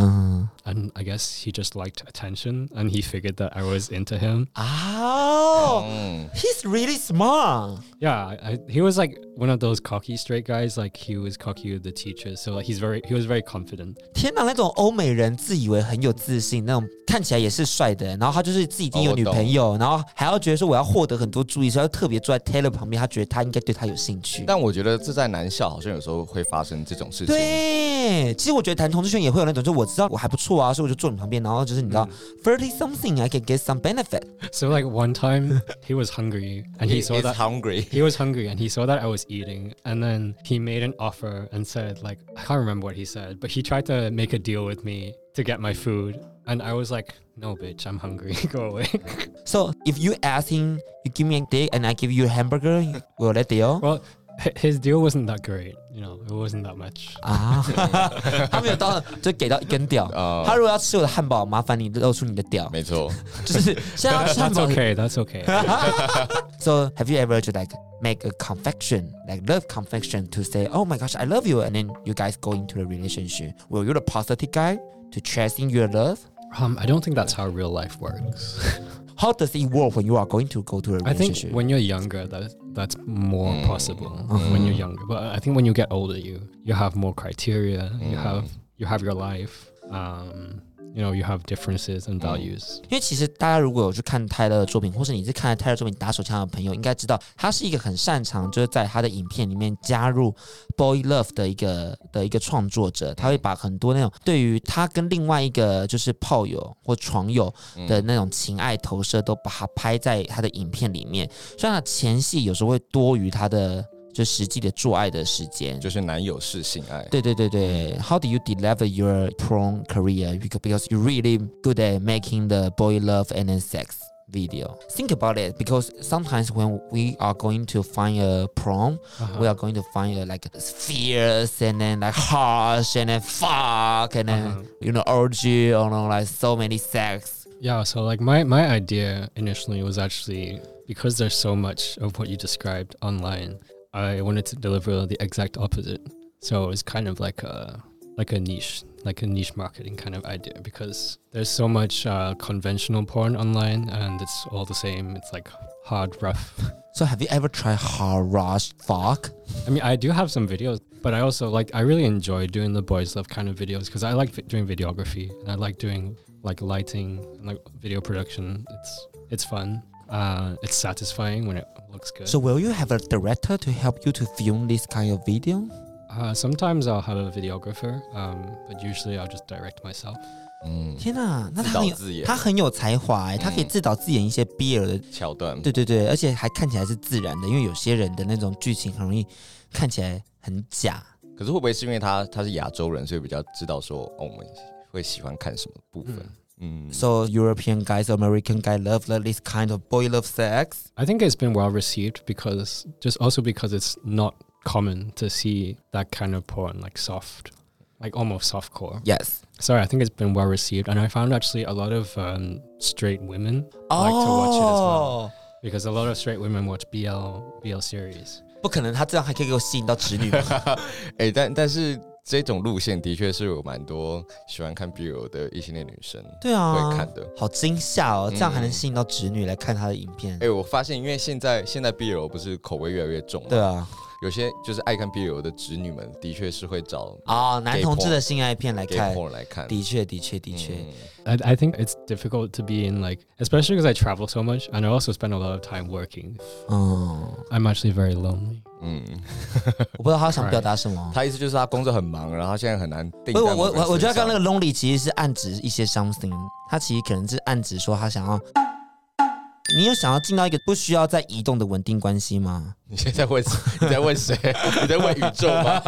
Speaker 4: and I guess he just liked attention, and he figured that I was into him.
Speaker 2: Oh,
Speaker 3: Mm.
Speaker 2: he's really smart.
Speaker 4: Yeah, I, I, he was like one of those cocky straight guys. Like he was cocky with the teachers, so like he's very he was very confident.
Speaker 2: 天哪，那种欧美人自以为很有自信，那种看起来也是帅的，然后他就是自己已经有女朋友，然后还要觉哦得说我要获得很多注意，所以他特别坐在 Taylor 旁边，他觉得他应该对他有兴趣。
Speaker 3: 但我觉得这在男校好像有时候会发生这种事情。
Speaker 2: 对，其实我觉得谈同志圈也会有那种，就我知道我还不错啊，所以我就坐你旁边，然后就是你知道 thirty something I can get some benefit。
Speaker 4: So like one time he was hungry, and he saw
Speaker 3: is
Speaker 4: that
Speaker 3: hungry.
Speaker 4: he was hungry and he saw that I was eating, and then he made an offer and said, like, I can't remember what he said, but he tried to make a deal with me to get my food. And I was like, no, bitch, I'm hungry. Go away.
Speaker 2: So if you ask him, you give me a dick and I give you a hamburger, will that deal？
Speaker 4: well, hi- his deal wasn't that great. You know, it wasn't that much.
Speaker 2: 啊，他没有到就给到一根屌。
Speaker 3: 哦
Speaker 2: 他如果要吃我的汉堡，麻烦你露出你的屌。
Speaker 3: 没错，
Speaker 2: 就是现在要吃 汉
Speaker 4: That's
Speaker 2: 堡。
Speaker 4: okay. That's okay.
Speaker 2: So have you ever just like make a confession, like love confession to say, oh my gosh, I love you, and then you guys go into a relationship? Were you the positive guy to trusting your love?
Speaker 4: um, I don't think that's how real life works.
Speaker 2: How does it work when you are going to go to a
Speaker 4: I think
Speaker 2: relationship?
Speaker 4: when you're younger, that that's more possible when you're younger. But I think when you get older, you you have more criteria. You have you have your life. Um, you know, you have differences and values.
Speaker 2: 因为其实大家如果有去看泰勒的作品，或是你是看了泰勒作品打手枪的朋友，应该知道他是一个很擅长，就是在他的影片里面加入 boy love 的一个的一个创作者，他会把很多那种对于他跟另外一个就是炮友或床友的那种情爱投射，都把它拍在他的影片里面。虽然他前戏有时候会多于他的就实际的做爱的时间，
Speaker 3: 就是男友式性 爱。
Speaker 2: 对对对对，How do you develop your porn career Because- because you're really good at making the boy love and then sex video? Think about it because sometimes when we are going to find a porn,
Speaker 4: Uh-huh.
Speaker 2: we are going to find a like fierce and then like harsh and then fuck and then
Speaker 4: Uh-huh.
Speaker 2: you know orgy or no, like so many sex.
Speaker 4: Yeah, so like my my idea initially was actually because there's so much of what you described online, I wanted to deliver the exact opposite. So it was kind of like a like a niche, like a niche marketing kind of idea because there's so much uh, conventional porn online and it's all the same. It's like hard, rough.
Speaker 2: So have you ever tried hard rush fuck?
Speaker 4: I mean, I do have some videos, but I also like I really enjoy doing the boys love kind of videos because I like vi- doing videography and I like doing like lighting and like video production. It's it's fun. Uh, it's satisfying when it looks good.
Speaker 2: So will you have a director to help you to film this kind of video?
Speaker 4: uh, sometimes I'll have a videographer, um, but usually I'll just direct myself.
Speaker 3: 嗯，
Speaker 2: 天哪，那
Speaker 3: 自
Speaker 2: 他
Speaker 3: 导
Speaker 2: 很有
Speaker 3: 自演
Speaker 2: 他很有才华、欸，他可以自导自演一些 BL 的，
Speaker 3: 桥段。
Speaker 2: 对对对，而且还看起来是自然的，因为有些人的那种剧情很容易看起来很假。
Speaker 3: 可是会不会是因为他他是亚洲人，所以比较知道说、哦、我们会喜欢看什么部分？嗯，
Speaker 2: So European guys, American guy love this kind of boy love sex.
Speaker 4: I think it's been well received because just also because it's not common to see that kind of porn like soft, like almost soft core.
Speaker 2: Yes.
Speaker 4: So I think it's been well received, and I found actually a lot of um, straight women like to watch it as well
Speaker 2: 哦，
Speaker 4: because a lot of straight women watch BL BL series.
Speaker 2: 不可能，他这样还可以给我吸引到直 女吧？
Speaker 3: 哎、但但是这种路线的确是有蛮多喜欢看 BL 的异性恋女生
Speaker 2: 对啊，
Speaker 3: 会看的。
Speaker 2: 好惊吓哦，这样还能吸引到直女来看他的影片
Speaker 3: 哎、？我发现，因为现在现在 BL 不是口味越来越重嘛，
Speaker 2: 对啊，
Speaker 3: 有些就是爱看 BL 的直女们，的确是会找
Speaker 2: 啊，男同志的性爱片来
Speaker 3: gay
Speaker 2: 看，
Speaker 3: porn 来看。
Speaker 2: 的确，的确，的确。
Speaker 3: 嗯
Speaker 4: I, I think it's difficult to be in like, especially because I travel so much, and I also spend a lot of time working.
Speaker 2: 嗯，
Speaker 4: I'm actually very lonely.
Speaker 3: 嗯，
Speaker 2: 我不知道他想表达什么。
Speaker 3: 他意思就是他工作很忙，然后他现在很难定
Speaker 2: 不
Speaker 3: 在
Speaker 2: 是我
Speaker 3: 某个
Speaker 2: 我
Speaker 3: 人身上。
Speaker 2: 我我觉得刚刚那个 lonely 其实是暗指一些 something，他其实可能是暗指说他想要。你有想要进到一个不需要再移动的稳定关系 吗？
Speaker 3: 你现在问你在问谁？你在问宇宙 吗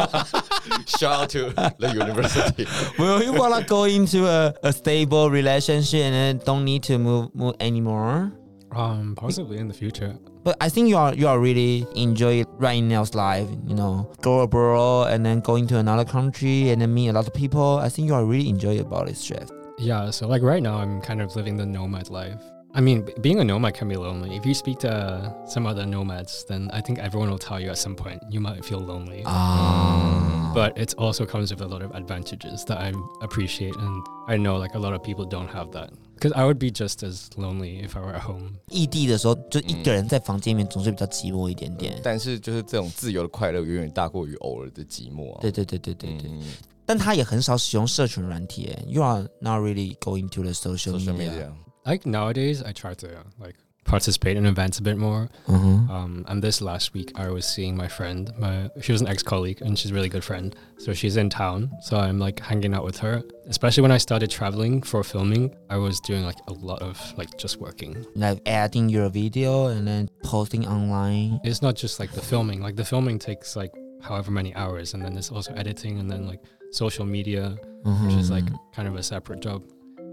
Speaker 3: ？Shout out to the university。
Speaker 2: Well, you wanna go into a, a stable relationship and then don't need to move move anymore.
Speaker 4: Um, possibly in the future.
Speaker 2: But I think you are you are really enjoy right now's life. You know, go abroad and then go into another country and then meet a lot of people. I think you are really enjoy about this trip.
Speaker 4: Yeah. So like right now, I'm kind of living the nomad life. I mean, b- being a nomad can be lonely. If you speak to uh, some other nomads, then I think everyone will tell you at some point you might feel lonely.
Speaker 2: 啊、
Speaker 4: but it also comes with a lot of advantages that I appreciate, and I know like a lot of people don't have that. Because I would be just as lonely if I were at home.
Speaker 2: 异地的时候，就一个人在房间里面总是比较寂寞一点点。
Speaker 3: 但是就是这种自由的快乐远远大过于偶尔的寂寞啊。
Speaker 2: 对对对对对对，
Speaker 3: 嗯
Speaker 2: 但他也很少使用社群软体耶。You are not really going to the social
Speaker 3: ，social
Speaker 2: media。
Speaker 3: media，
Speaker 4: Like nowadays, I try to like participate in events a bit more.
Speaker 2: 嗯哼，
Speaker 4: Um, and this last week, I was seeing my friend. My she was an ex-colleague, and she's a really good friend. So she's in town, so I'm like hanging out with her. Especially when I started traveling for filming, I was doing like a lot of like just working.
Speaker 2: like adding your video and then posting online。
Speaker 4: It's not just like the filming. Like the filming takes like however many hours, and then there's also editing, and then like social media,
Speaker 2: 嗯
Speaker 4: which
Speaker 2: 哼
Speaker 4: is like kind of a separate job,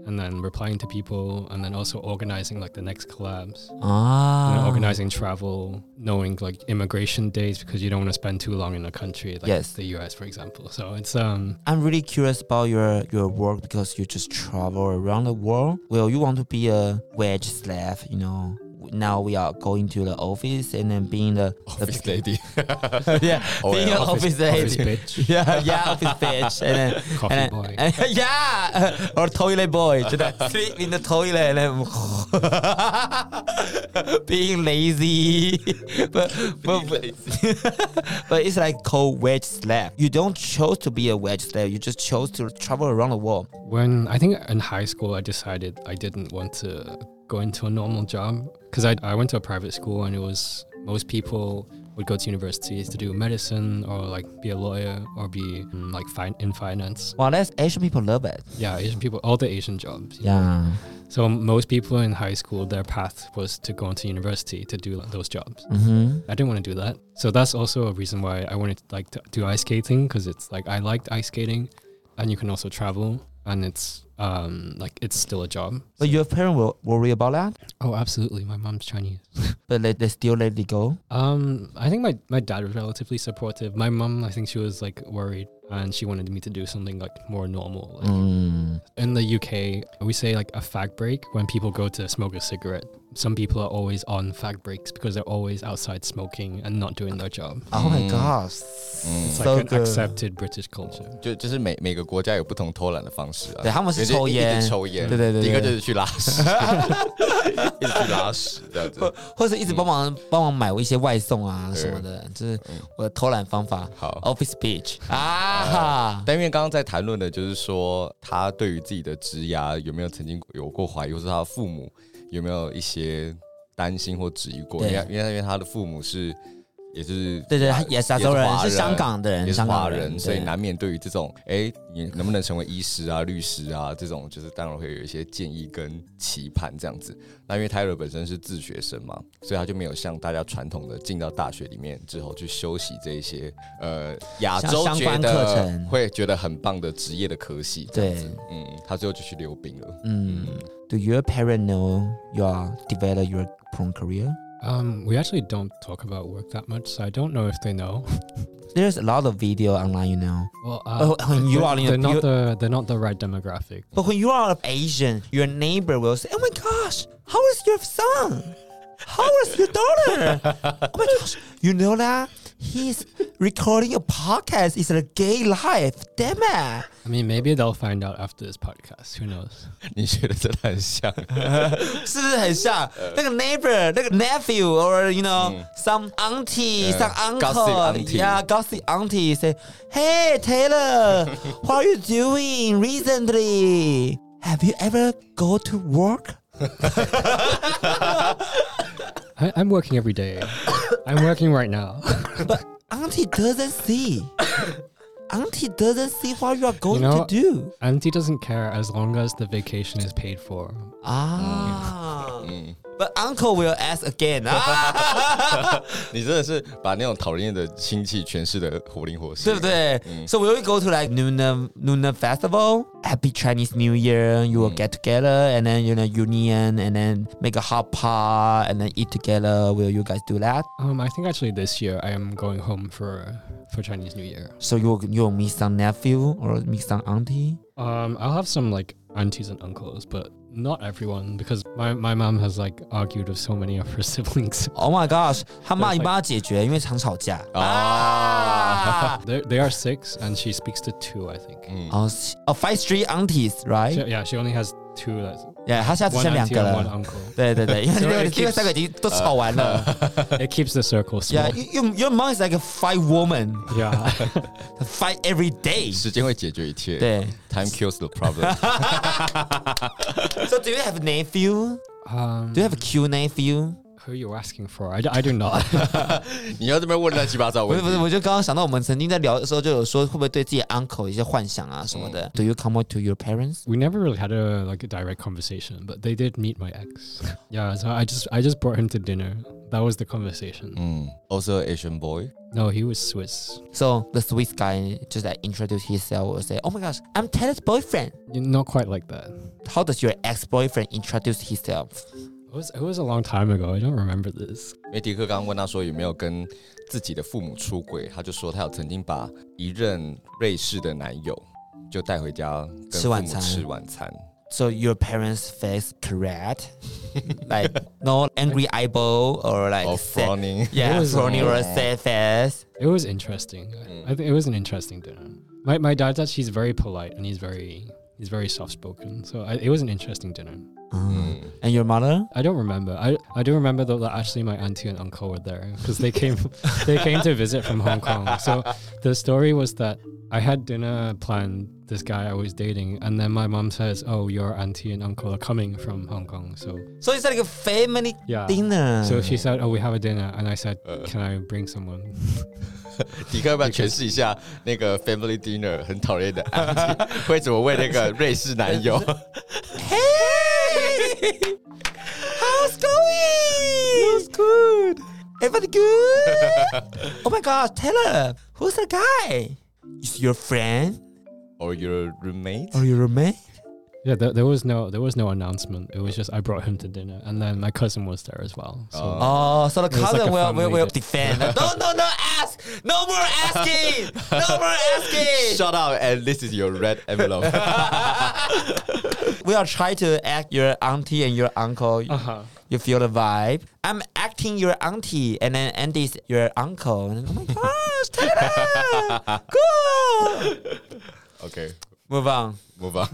Speaker 4: and then replying to people, and then also organizing like the next collabs. you know,
Speaker 2: 啊
Speaker 4: organizing travel, knowing like immigration days because you don't want to spend too long in a country, like
Speaker 2: Yes.
Speaker 4: the US, for example. So it's um
Speaker 2: I'm really curious about your your work because you just travel around the world. Well, you want to be a wage slave, you know. Now we are going to the office and then being the,
Speaker 3: office lady，
Speaker 2: the yeah,
Speaker 3: Oh,
Speaker 2: being
Speaker 3: yeah,
Speaker 2: an office,
Speaker 4: office
Speaker 2: lady.
Speaker 4: bitch,
Speaker 2: yeah, yeah, office bitch, and then
Speaker 4: coffee
Speaker 2: and,
Speaker 4: boy.
Speaker 2: and- yeah, or toilet boy, should I sleep in the toilet and then being lazy, but but but it's like called wedge slave. You don't chose to be a wedge slave. You just chose to travel around the world.
Speaker 4: when I think in high school, I decided I didn't want to go into a normal job because I, I went to a private school and it was most people would go to universities to do medicine or like be a lawyer or be mm, like fin- in finance.
Speaker 2: Well, that's Asian people love it.
Speaker 4: Yeah, Asian people, all the Asian jobs. you know.
Speaker 2: Yeah.
Speaker 4: So most people in high school, their path was to go into university to do those jobs.
Speaker 2: Mm-hmm.
Speaker 4: I didn't want to do that. So that's also a reason why I wanted to like to do ice skating because it's like I liked ice skating, and you can also travel, and it's um like it's still a job.
Speaker 2: But your parents will worry about that.
Speaker 4: Oh, absolutely. My mom's Chinese.
Speaker 2: But they, they still let it go.
Speaker 4: Um, I think my my dad was relatively supportive. My mom, I think she was like worried, and she wanted me to do something like more normal. Like,
Speaker 2: Mm.
Speaker 4: In the UK, we say like a fag break when people go to smoke a cigarette. Some people are always on fag breaks because they're always outside smoking and not doing their job.
Speaker 2: Oh my
Speaker 3: Mm.
Speaker 2: gosh.
Speaker 3: Mm.
Speaker 4: It's
Speaker 2: So
Speaker 4: like an
Speaker 2: good.
Speaker 4: accepted British culture.
Speaker 3: 就 就是每每个国家有不同偷懒的方式啊。
Speaker 2: 对，他们
Speaker 3: 有
Speaker 2: 是
Speaker 3: 些
Speaker 2: 抽
Speaker 3: 一直
Speaker 2: 烟，
Speaker 3: 抽烟，
Speaker 2: 对对对
Speaker 3: 第一个
Speaker 2: 对
Speaker 3: 就是去拉 屎，一直去拉屎这样子。
Speaker 2: 或者一直帮忙帮忙买一些外送啊
Speaker 3: 嗯对嗯
Speaker 2: 什么的，就是我的偷懒方法。
Speaker 3: 好，
Speaker 2: Office Beach 啊，
Speaker 3: 但因为刚刚在谈论的就是说，他对于自己的职涯有没有曾经有过怀疑，或是他的父母有没有一些担心或质疑过？因
Speaker 2: 对
Speaker 3: 为因为因为他的父母是也是
Speaker 2: 对对，他
Speaker 3: 也
Speaker 2: 也是亚洲人，
Speaker 3: 华
Speaker 2: 是香港的
Speaker 3: 也
Speaker 2: 人，
Speaker 3: 是
Speaker 2: 香
Speaker 3: 华
Speaker 2: 港
Speaker 3: 人，
Speaker 2: 人，
Speaker 3: 所以
Speaker 2: 对
Speaker 3: 难免对于这种哎，你能不能成为医师啊、律师啊这种，就是当然会有一些建议跟期盼这样子。那因为泰勒本身是自学生嘛，所以他就没有像大家传统的进到大学里面之后去修习这一些呃亚洲
Speaker 2: 像相
Speaker 3: 觉
Speaker 2: 关课
Speaker 3: 得
Speaker 2: 程
Speaker 3: 会觉得很棒的职业的科系。
Speaker 2: 对，
Speaker 3: 嗯，他最后就去溜冰了。
Speaker 2: 嗯。Do your parent know you are develop your porn career?
Speaker 4: Um, we actually don't talk about work that much, so I don't know if they know.
Speaker 2: There's a lot of video online, you know.
Speaker 4: Well, uh,
Speaker 2: Oh, and you
Speaker 4: they're,
Speaker 2: are in a-
Speaker 4: they're
Speaker 2: you-
Speaker 4: not the they're not the right demographic.
Speaker 2: But when you are Asian, your neighbor will say, "Oh my gosh, how is your son? How is your daughter? oh my gosh, you know that he's recording a podcast. It's a gay life. Damn it!"
Speaker 4: I mean, maybe they'll find out after this podcast. Who knows?
Speaker 3: 你觉得真的很像
Speaker 2: 是不是很像那个 neighbor、那个 nephew or you know、some auntie、
Speaker 3: Yeah,
Speaker 2: some uncle
Speaker 3: gossip auntie.
Speaker 2: yeah gossip auntie say hey Taylor what are you doing recently have you ever go to work
Speaker 4: I, I'm working every day. I'm working right now.
Speaker 2: but auntie doesn't see auntie doesn't see what you are going
Speaker 4: know-
Speaker 2: to do
Speaker 4: Auntie doesn't care as long as the vacation is paid for.
Speaker 2: 啊 Ah. but uncle will ask again Ah, 啊。
Speaker 3: 你真的是把那种讨人厌的亲戚诠释的活灵活
Speaker 2: 对
Speaker 3: 现，
Speaker 2: 不？对、So when we go to like Nuna Nuna Festival, Happy Chinese New Year. You will get together and then you know union and then make a hot pot and then eat together. Will you guys do that?
Speaker 4: Um, I think actually this year I am going home for for Chinese New Year.
Speaker 2: So you will, you will meet some nephew or meet some auntie.
Speaker 4: Um, I'll have some like aunties and uncles, but Not everyone, because my, my mom has like argued with so many of her siblings.
Speaker 2: Oh my gosh，他骂你帮他解决，因为常吵架啊。
Speaker 4: They're, they are six, and she speaks to two, I think.
Speaker 3: 嗯
Speaker 2: 哦是哦，Five Street
Speaker 4: So,
Speaker 2: Aunties，right？
Speaker 4: yeah, she only has two. That's
Speaker 2: 耶，他现在只
Speaker 4: one
Speaker 2: 剩
Speaker 4: auntie
Speaker 2: 两
Speaker 4: and
Speaker 2: 个
Speaker 4: one
Speaker 2: 了。
Speaker 4: uncle.
Speaker 2: 对对对，因 为
Speaker 4: So
Speaker 2: 因
Speaker 4: it
Speaker 2: 为
Speaker 4: keeps-
Speaker 2: 因为三个已经都吵完了。
Speaker 4: It keeps the circle small.
Speaker 2: Yeah, you you- your mom is like a fight woman,
Speaker 4: yeah.
Speaker 2: fight every day.
Speaker 3: 时间会解决一切。
Speaker 2: 对
Speaker 3: ，Time kills the problem。
Speaker 2: So do you have a nephew?
Speaker 4: Um,
Speaker 2: Do you have a cute nephew?
Speaker 4: who are you asking for? I, d- I do not.
Speaker 3: 你要这边问乱七八糟
Speaker 2: 不
Speaker 3: 问
Speaker 2: 是
Speaker 3: 题，
Speaker 2: 不是，我就刚刚想到，我们曾经在聊的时候就有说，会不会对自己的 uncle 有一些幻想啊什么的？Do you come to your parents？
Speaker 4: we never really had a like a direct conversation, but they did meet my ex. Yeah, so I just I just brought him to dinner. That was the conversation.
Speaker 3: 嗯，also Asian boy，
Speaker 4: No, he was Swiss.
Speaker 2: So the Swiss guy just like introduce himself or say, "Oh my gosh, I'm Ted's boyfriend."
Speaker 4: Y- Not quite like that.
Speaker 2: How does your ex-boyfriend introduce himself?
Speaker 4: It was it was a long time ago. I don't remember this.
Speaker 3: 因为迪克刚刚问他说有没有跟自己的父母出轨，他就说他有曾经把一任瑞士的男友就带回家跟
Speaker 2: 吃
Speaker 3: 父母
Speaker 2: 晚餐
Speaker 3: 吃晚餐，
Speaker 2: So your parents' face correct, like no angry eyeball or like
Speaker 3: 哦
Speaker 2: sad-
Speaker 3: ，froning，
Speaker 2: yeah,
Speaker 4: was
Speaker 2: frowning or
Speaker 3: it?
Speaker 2: sad face.
Speaker 4: It was interesting. I- I think it was an interesting dinner. My my dad's actually he's very polite and he's very he's very soft spoken. So I, it was an interesting dinner.
Speaker 2: Mm.
Speaker 3: 嗯，
Speaker 2: And your mother?
Speaker 4: I don't remember. I, I do remember though that actually my auntie and uncle were there because they came they came to visit from Hong Kong. So the story was that I had dinner planned. This guy I was dating, and then my mom says, "Oh, your auntie and uncle are coming from Hong Kong." So
Speaker 2: So it's like a family
Speaker 4: yeah.
Speaker 2: dinner.
Speaker 4: So she said, "Oh, we have a dinner," and I said, "Can I bring someone?"
Speaker 3: 迪克要不要诠释一下那个 family dinner 很讨厌的 auntie 会怎么问那个瑞士男友？
Speaker 2: Hey! How's going? Looks good. Everybody good? oh my god, Taylor, who's the guy? Is your friend
Speaker 3: or your roommate？
Speaker 2: or your roommate?
Speaker 4: Yeah, there, there was no there was no announcement. It was just I brought him to dinner, and then my cousin was there as well. So
Speaker 3: Oh.
Speaker 2: Oh, so the
Speaker 4: was
Speaker 2: cousin
Speaker 4: like a
Speaker 2: will, will,
Speaker 4: family
Speaker 2: will
Speaker 4: day.
Speaker 2: defend. no, no, no, ask. No more asking. No more asking.
Speaker 3: Shut up and this is your red envelope
Speaker 2: we are trying to act your auntie and your uncle.
Speaker 4: uh-huh.
Speaker 2: You feel the vibe. I'm acting your auntie, and then Andy's your uncle. And then, oh my gosh, Taylor, cool.
Speaker 3: OK，
Speaker 2: Move on,
Speaker 3: 模仿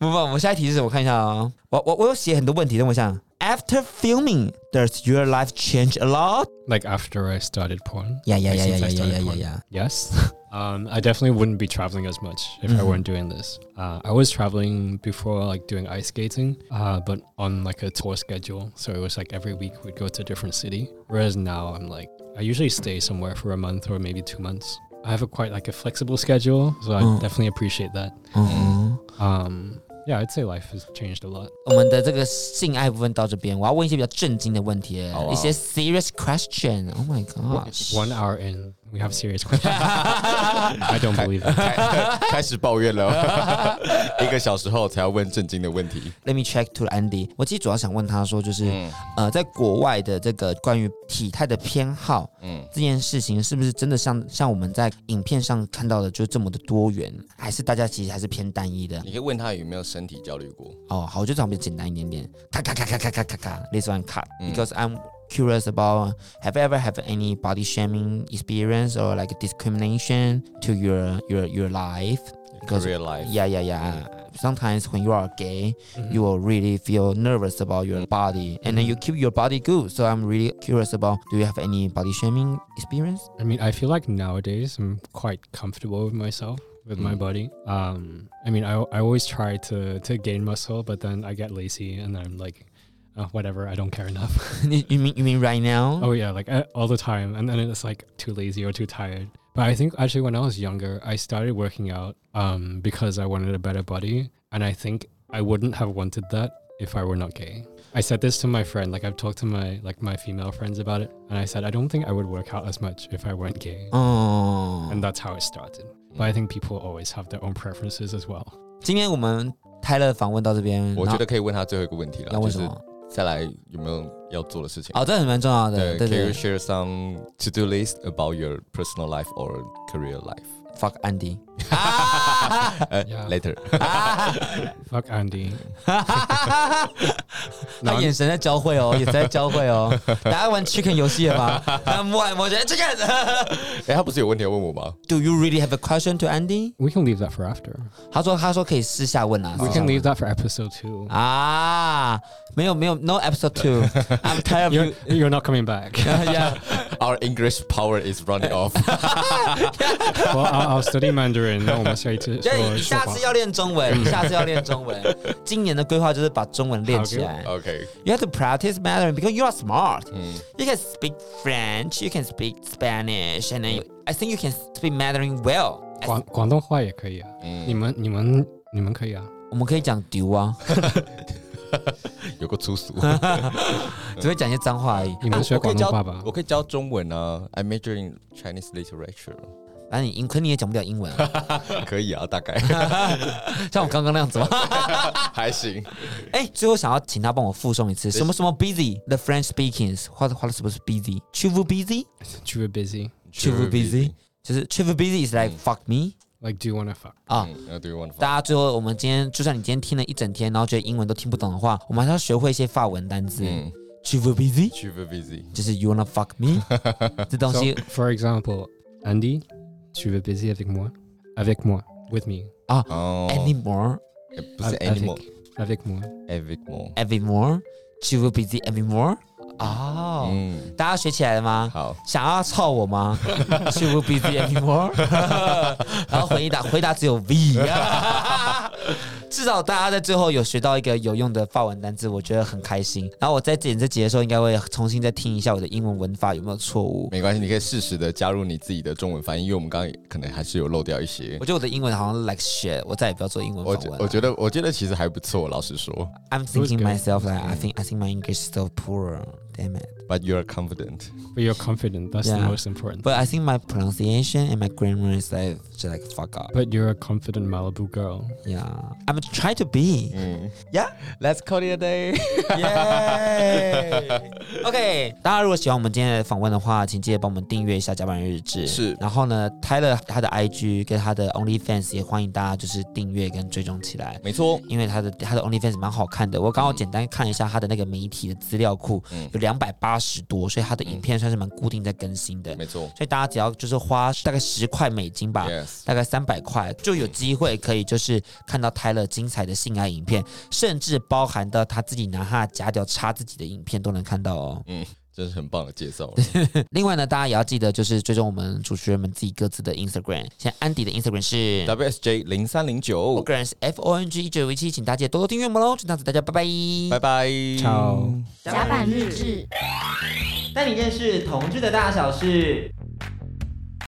Speaker 2: move on. 我下一题是什么？我看一下啊、我我我有写很多问题，等我想。After filming, does your life change a lot?
Speaker 4: like after I started porn.
Speaker 2: Yeah, yeah,
Speaker 4: Like, since
Speaker 2: yeah, yeah,
Speaker 4: I
Speaker 2: yeah,
Speaker 4: started
Speaker 2: yeah, yeah,
Speaker 4: porn.
Speaker 2: yeah.
Speaker 4: Yes. Um, I definitely wouldn't be traveling as much if
Speaker 2: Mm-hmm.
Speaker 4: I weren't doing this. Uh, I was traveling before, like doing ice skating, uh, but on like a tour schedule. So it was like every week we'd go to a different city. Whereas now I'm like, I usually stay somewhere for a month or maybe two months. I have a quite like a flexible schedule, so I
Speaker 2: Mm. Mm-hmm.
Speaker 4: definitely appreciate that.
Speaker 2: 嗯。
Speaker 4: Um, yeah, I'd say life has changed a lot.
Speaker 2: 我们的这个性爱部分到这边，我要问一些比较震惊的问题了
Speaker 3: 好啊
Speaker 2: 一些 serious question。Oh my gosh！
Speaker 4: One hour in, we have serious questions. I don't believe it.
Speaker 3: 开 开始抱怨了， 一个小时后才要问正经的问题。
Speaker 2: Let me check to Andy。我其实主要想问他说，就是、
Speaker 3: 嗯
Speaker 2: 呃，在国外的这个关于体态的偏好，嗯
Speaker 3: 嗯，
Speaker 2: 这件事情是不是真的像像我们在影片上看到的，就这么的多元，还是大家其实还是偏单一的？
Speaker 3: 你可以问他有没有身体焦虑过。
Speaker 2: 哦，好，我就这样比较简单一点点，咔咔咔咔咔咔咔咔，this one cut because I'm curious about have you ever have any body shaming experience or like discrimination to your your your life? Because
Speaker 3: Career life，
Speaker 2: Yeah, yeah, yeah. Sometimes when you are gay, you will really feel nervous about
Speaker 3: Mm.
Speaker 2: your body, and then you keep your body good. So I'm really curious about do you have any body shaming experience?
Speaker 4: I mean, I feel like nowadays I'm quite comfortable with myself, with my body. Um, I mean, I, I always try to, to gain muscle, but then I get lazy and I'm like, oh, whatever, I don't care enough.
Speaker 2: you you mean you mean right now?
Speaker 4: oh, yeah, like uh, all the time. And then it's like too lazy or too tired. But I think actually when I was younger, I started working out um, because I wanted a better body. And I think I wouldn't have wanted that if I were not gay. I said this to my friend, like I've talked to my like my female friends about it, and I said I don't think I would work out as much if I weren't gay
Speaker 2: Oh.
Speaker 4: and that's how it started. But
Speaker 3: Mm.
Speaker 4: I think people always have their own preferences as well.
Speaker 2: 今天我们泰勒访问到这边，
Speaker 3: 我
Speaker 2: 然
Speaker 3: 觉
Speaker 2: 后
Speaker 3: 得可以问他最后一个问题了，
Speaker 2: 要
Speaker 3: 就
Speaker 2: 问什
Speaker 3: 是
Speaker 2: 么？
Speaker 3: 再来有没有要做的事情。
Speaker 2: 哦，这很蛮重要的，对
Speaker 3: 对，Can
Speaker 2: 对
Speaker 3: you share some to do list about your personal life or career life？
Speaker 2: ，fuck Andy 啊！
Speaker 3: 呃
Speaker 4: Yeah.
Speaker 3: later，
Speaker 4: Fuck Andy.
Speaker 2: 他眼神在交 汇哦，也在交汇哦。大家玩 chicken 游戏了吗？他摸来摸去，chicken。
Speaker 3: 哎，他不是有问题要问我吗？
Speaker 2: Do you really have a question to Andy？
Speaker 4: We can leave that for after.
Speaker 2: 他说他说可以私下问啊。
Speaker 4: We
Speaker 2: 私下
Speaker 4: can
Speaker 2: 问
Speaker 4: leave that for episode two.
Speaker 2: Ah. 啊，没有没有，No episode two。I'm tired of
Speaker 4: You're,
Speaker 2: you。
Speaker 4: you're not coming back.
Speaker 2: Yeah,
Speaker 3: Our English power is running off。
Speaker 4: well, I'll, I'll study Mandarin. No, I'm sorry to.
Speaker 2: 所以你下次要练中文，你下次要练中文。今年的规划就是把中文练起来。
Speaker 3: OK，
Speaker 2: You have to practice Mandarin because you are smart.
Speaker 3: 嗯
Speaker 2: You can speak French, you can speak Spanish, and then I think you can speak Mandarin well. I
Speaker 4: 广广东话也可以啊，
Speaker 3: 嗯
Speaker 4: 你们你们你们可以啊，
Speaker 2: 我们可以讲丢啊，
Speaker 3: 有个粗 俗。
Speaker 2: 只会讲一些脏话而已。
Speaker 4: 你们学广东话吧
Speaker 3: 我。可以教中文啊，I major in Chinese literature，
Speaker 2: 反正你英，可你也讲不了英文、啊，
Speaker 3: 可以啊，大概
Speaker 2: 像我刚刚那样子吗？
Speaker 3: 还行。
Speaker 2: 哎，最后想要请他帮我附送一次什么什么 busy the French speakings，或者或者是不是 busy t r i v busy
Speaker 4: You were busy.
Speaker 2: t r i v busy，就是 t r i v busy is like、fuck me
Speaker 4: Like, do you want to fuck?
Speaker 2: 啊。
Speaker 3: 嗯，那 do you want？
Speaker 2: 大家最后，我们今天就算你今天听了一整天，然后觉得英文都听不懂的话，我们还是要学会一些法文单词。
Speaker 3: 嗯
Speaker 2: t r i v busy
Speaker 3: t r i busy。
Speaker 2: 就是 you wanna fuck me，这东
Speaker 4: So,
Speaker 2: 西
Speaker 4: for example, Andy, tu veux baiser avec moi? Avec moi, with me,
Speaker 3: 哦，
Speaker 2: anymore
Speaker 3: 哎不是
Speaker 4: Avec-
Speaker 3: animal，evic
Speaker 4: avec moi.
Speaker 3: more。
Speaker 2: evermore t r i v busy evermore。哦，
Speaker 3: 嗯，
Speaker 2: 大家学起来了吗？
Speaker 3: 好，
Speaker 2: 想要操我 吗？She will be the anymore 。 然后回答回答只有 V。至少大家在最后有学到一个有用的法文单字，我觉得很开心。然后我在剪这集的时候，应该会重新再听一下我的英文文法有没有错误。
Speaker 3: 没关系，你可以适时的加入你自己的中文翻译，因为我们刚刚可能还是有漏掉一些
Speaker 2: 我。觉得我的英文好像 like shit，我再也不要做英文
Speaker 3: 我
Speaker 2: 访
Speaker 3: 觉
Speaker 2: 问
Speaker 3: 我
Speaker 2: 了。
Speaker 3: 觉得我觉得其实还不错，老实说。
Speaker 2: I'm thinking
Speaker 4: It was
Speaker 2: myself like I think I think my English is so poor. Damn it.
Speaker 3: But you are confident.
Speaker 4: But you're confident. That's
Speaker 2: Yeah.
Speaker 4: the most important.
Speaker 2: But I think my pronunciation and my grammar is like just like fuck up.
Speaker 4: But you're a confident Malibu girl.
Speaker 2: Yeah, I'm trying to be.
Speaker 3: 嗯
Speaker 2: Yeah.
Speaker 3: ，Let's call it a day。
Speaker 2: 耶！OK，大家如果喜欢我们今天的访问的话，请记得帮我们订阅一下《甲板日志》。
Speaker 3: 是
Speaker 2: 然后呢，Tyler 他的 IG 跟他的 OnlyFans 也欢迎大家就是订阅跟追踪起来。
Speaker 3: 没错，
Speaker 2: 因为他的他的 OnlyFans 蛮好看的，我刚好简单看一下他的那个媒体的资料库，
Speaker 3: 嗯
Speaker 2: 有两百八十多，所以他的影片算是蛮固定在更新的。
Speaker 3: 没错。
Speaker 2: 所以大家只要就是花大概十块美金吧
Speaker 3: Yes
Speaker 2: 大概三百块，就有机会可以就是看到泰勒精彩的性爱影片，甚至包含到他自己拿他的夹屌插自己的影片都能看到哦。
Speaker 3: 嗯，真是很棒的介绍 了。
Speaker 2: 另外呢，大家也要记得就是追踪我们主持人们自己各自的 Instagram，现在安迪的 Instagram 是。
Speaker 3: WSJ 零三零
Speaker 2: 我
Speaker 3: 九，
Speaker 2: 个人是 F O N G 一九五七，请大家多多订阅我们哦喽！就这样子，大家拜拜，
Speaker 3: 拜拜。
Speaker 4: Ciao.
Speaker 1: 甲板日志。
Speaker 2: 带你认识同志的大小事。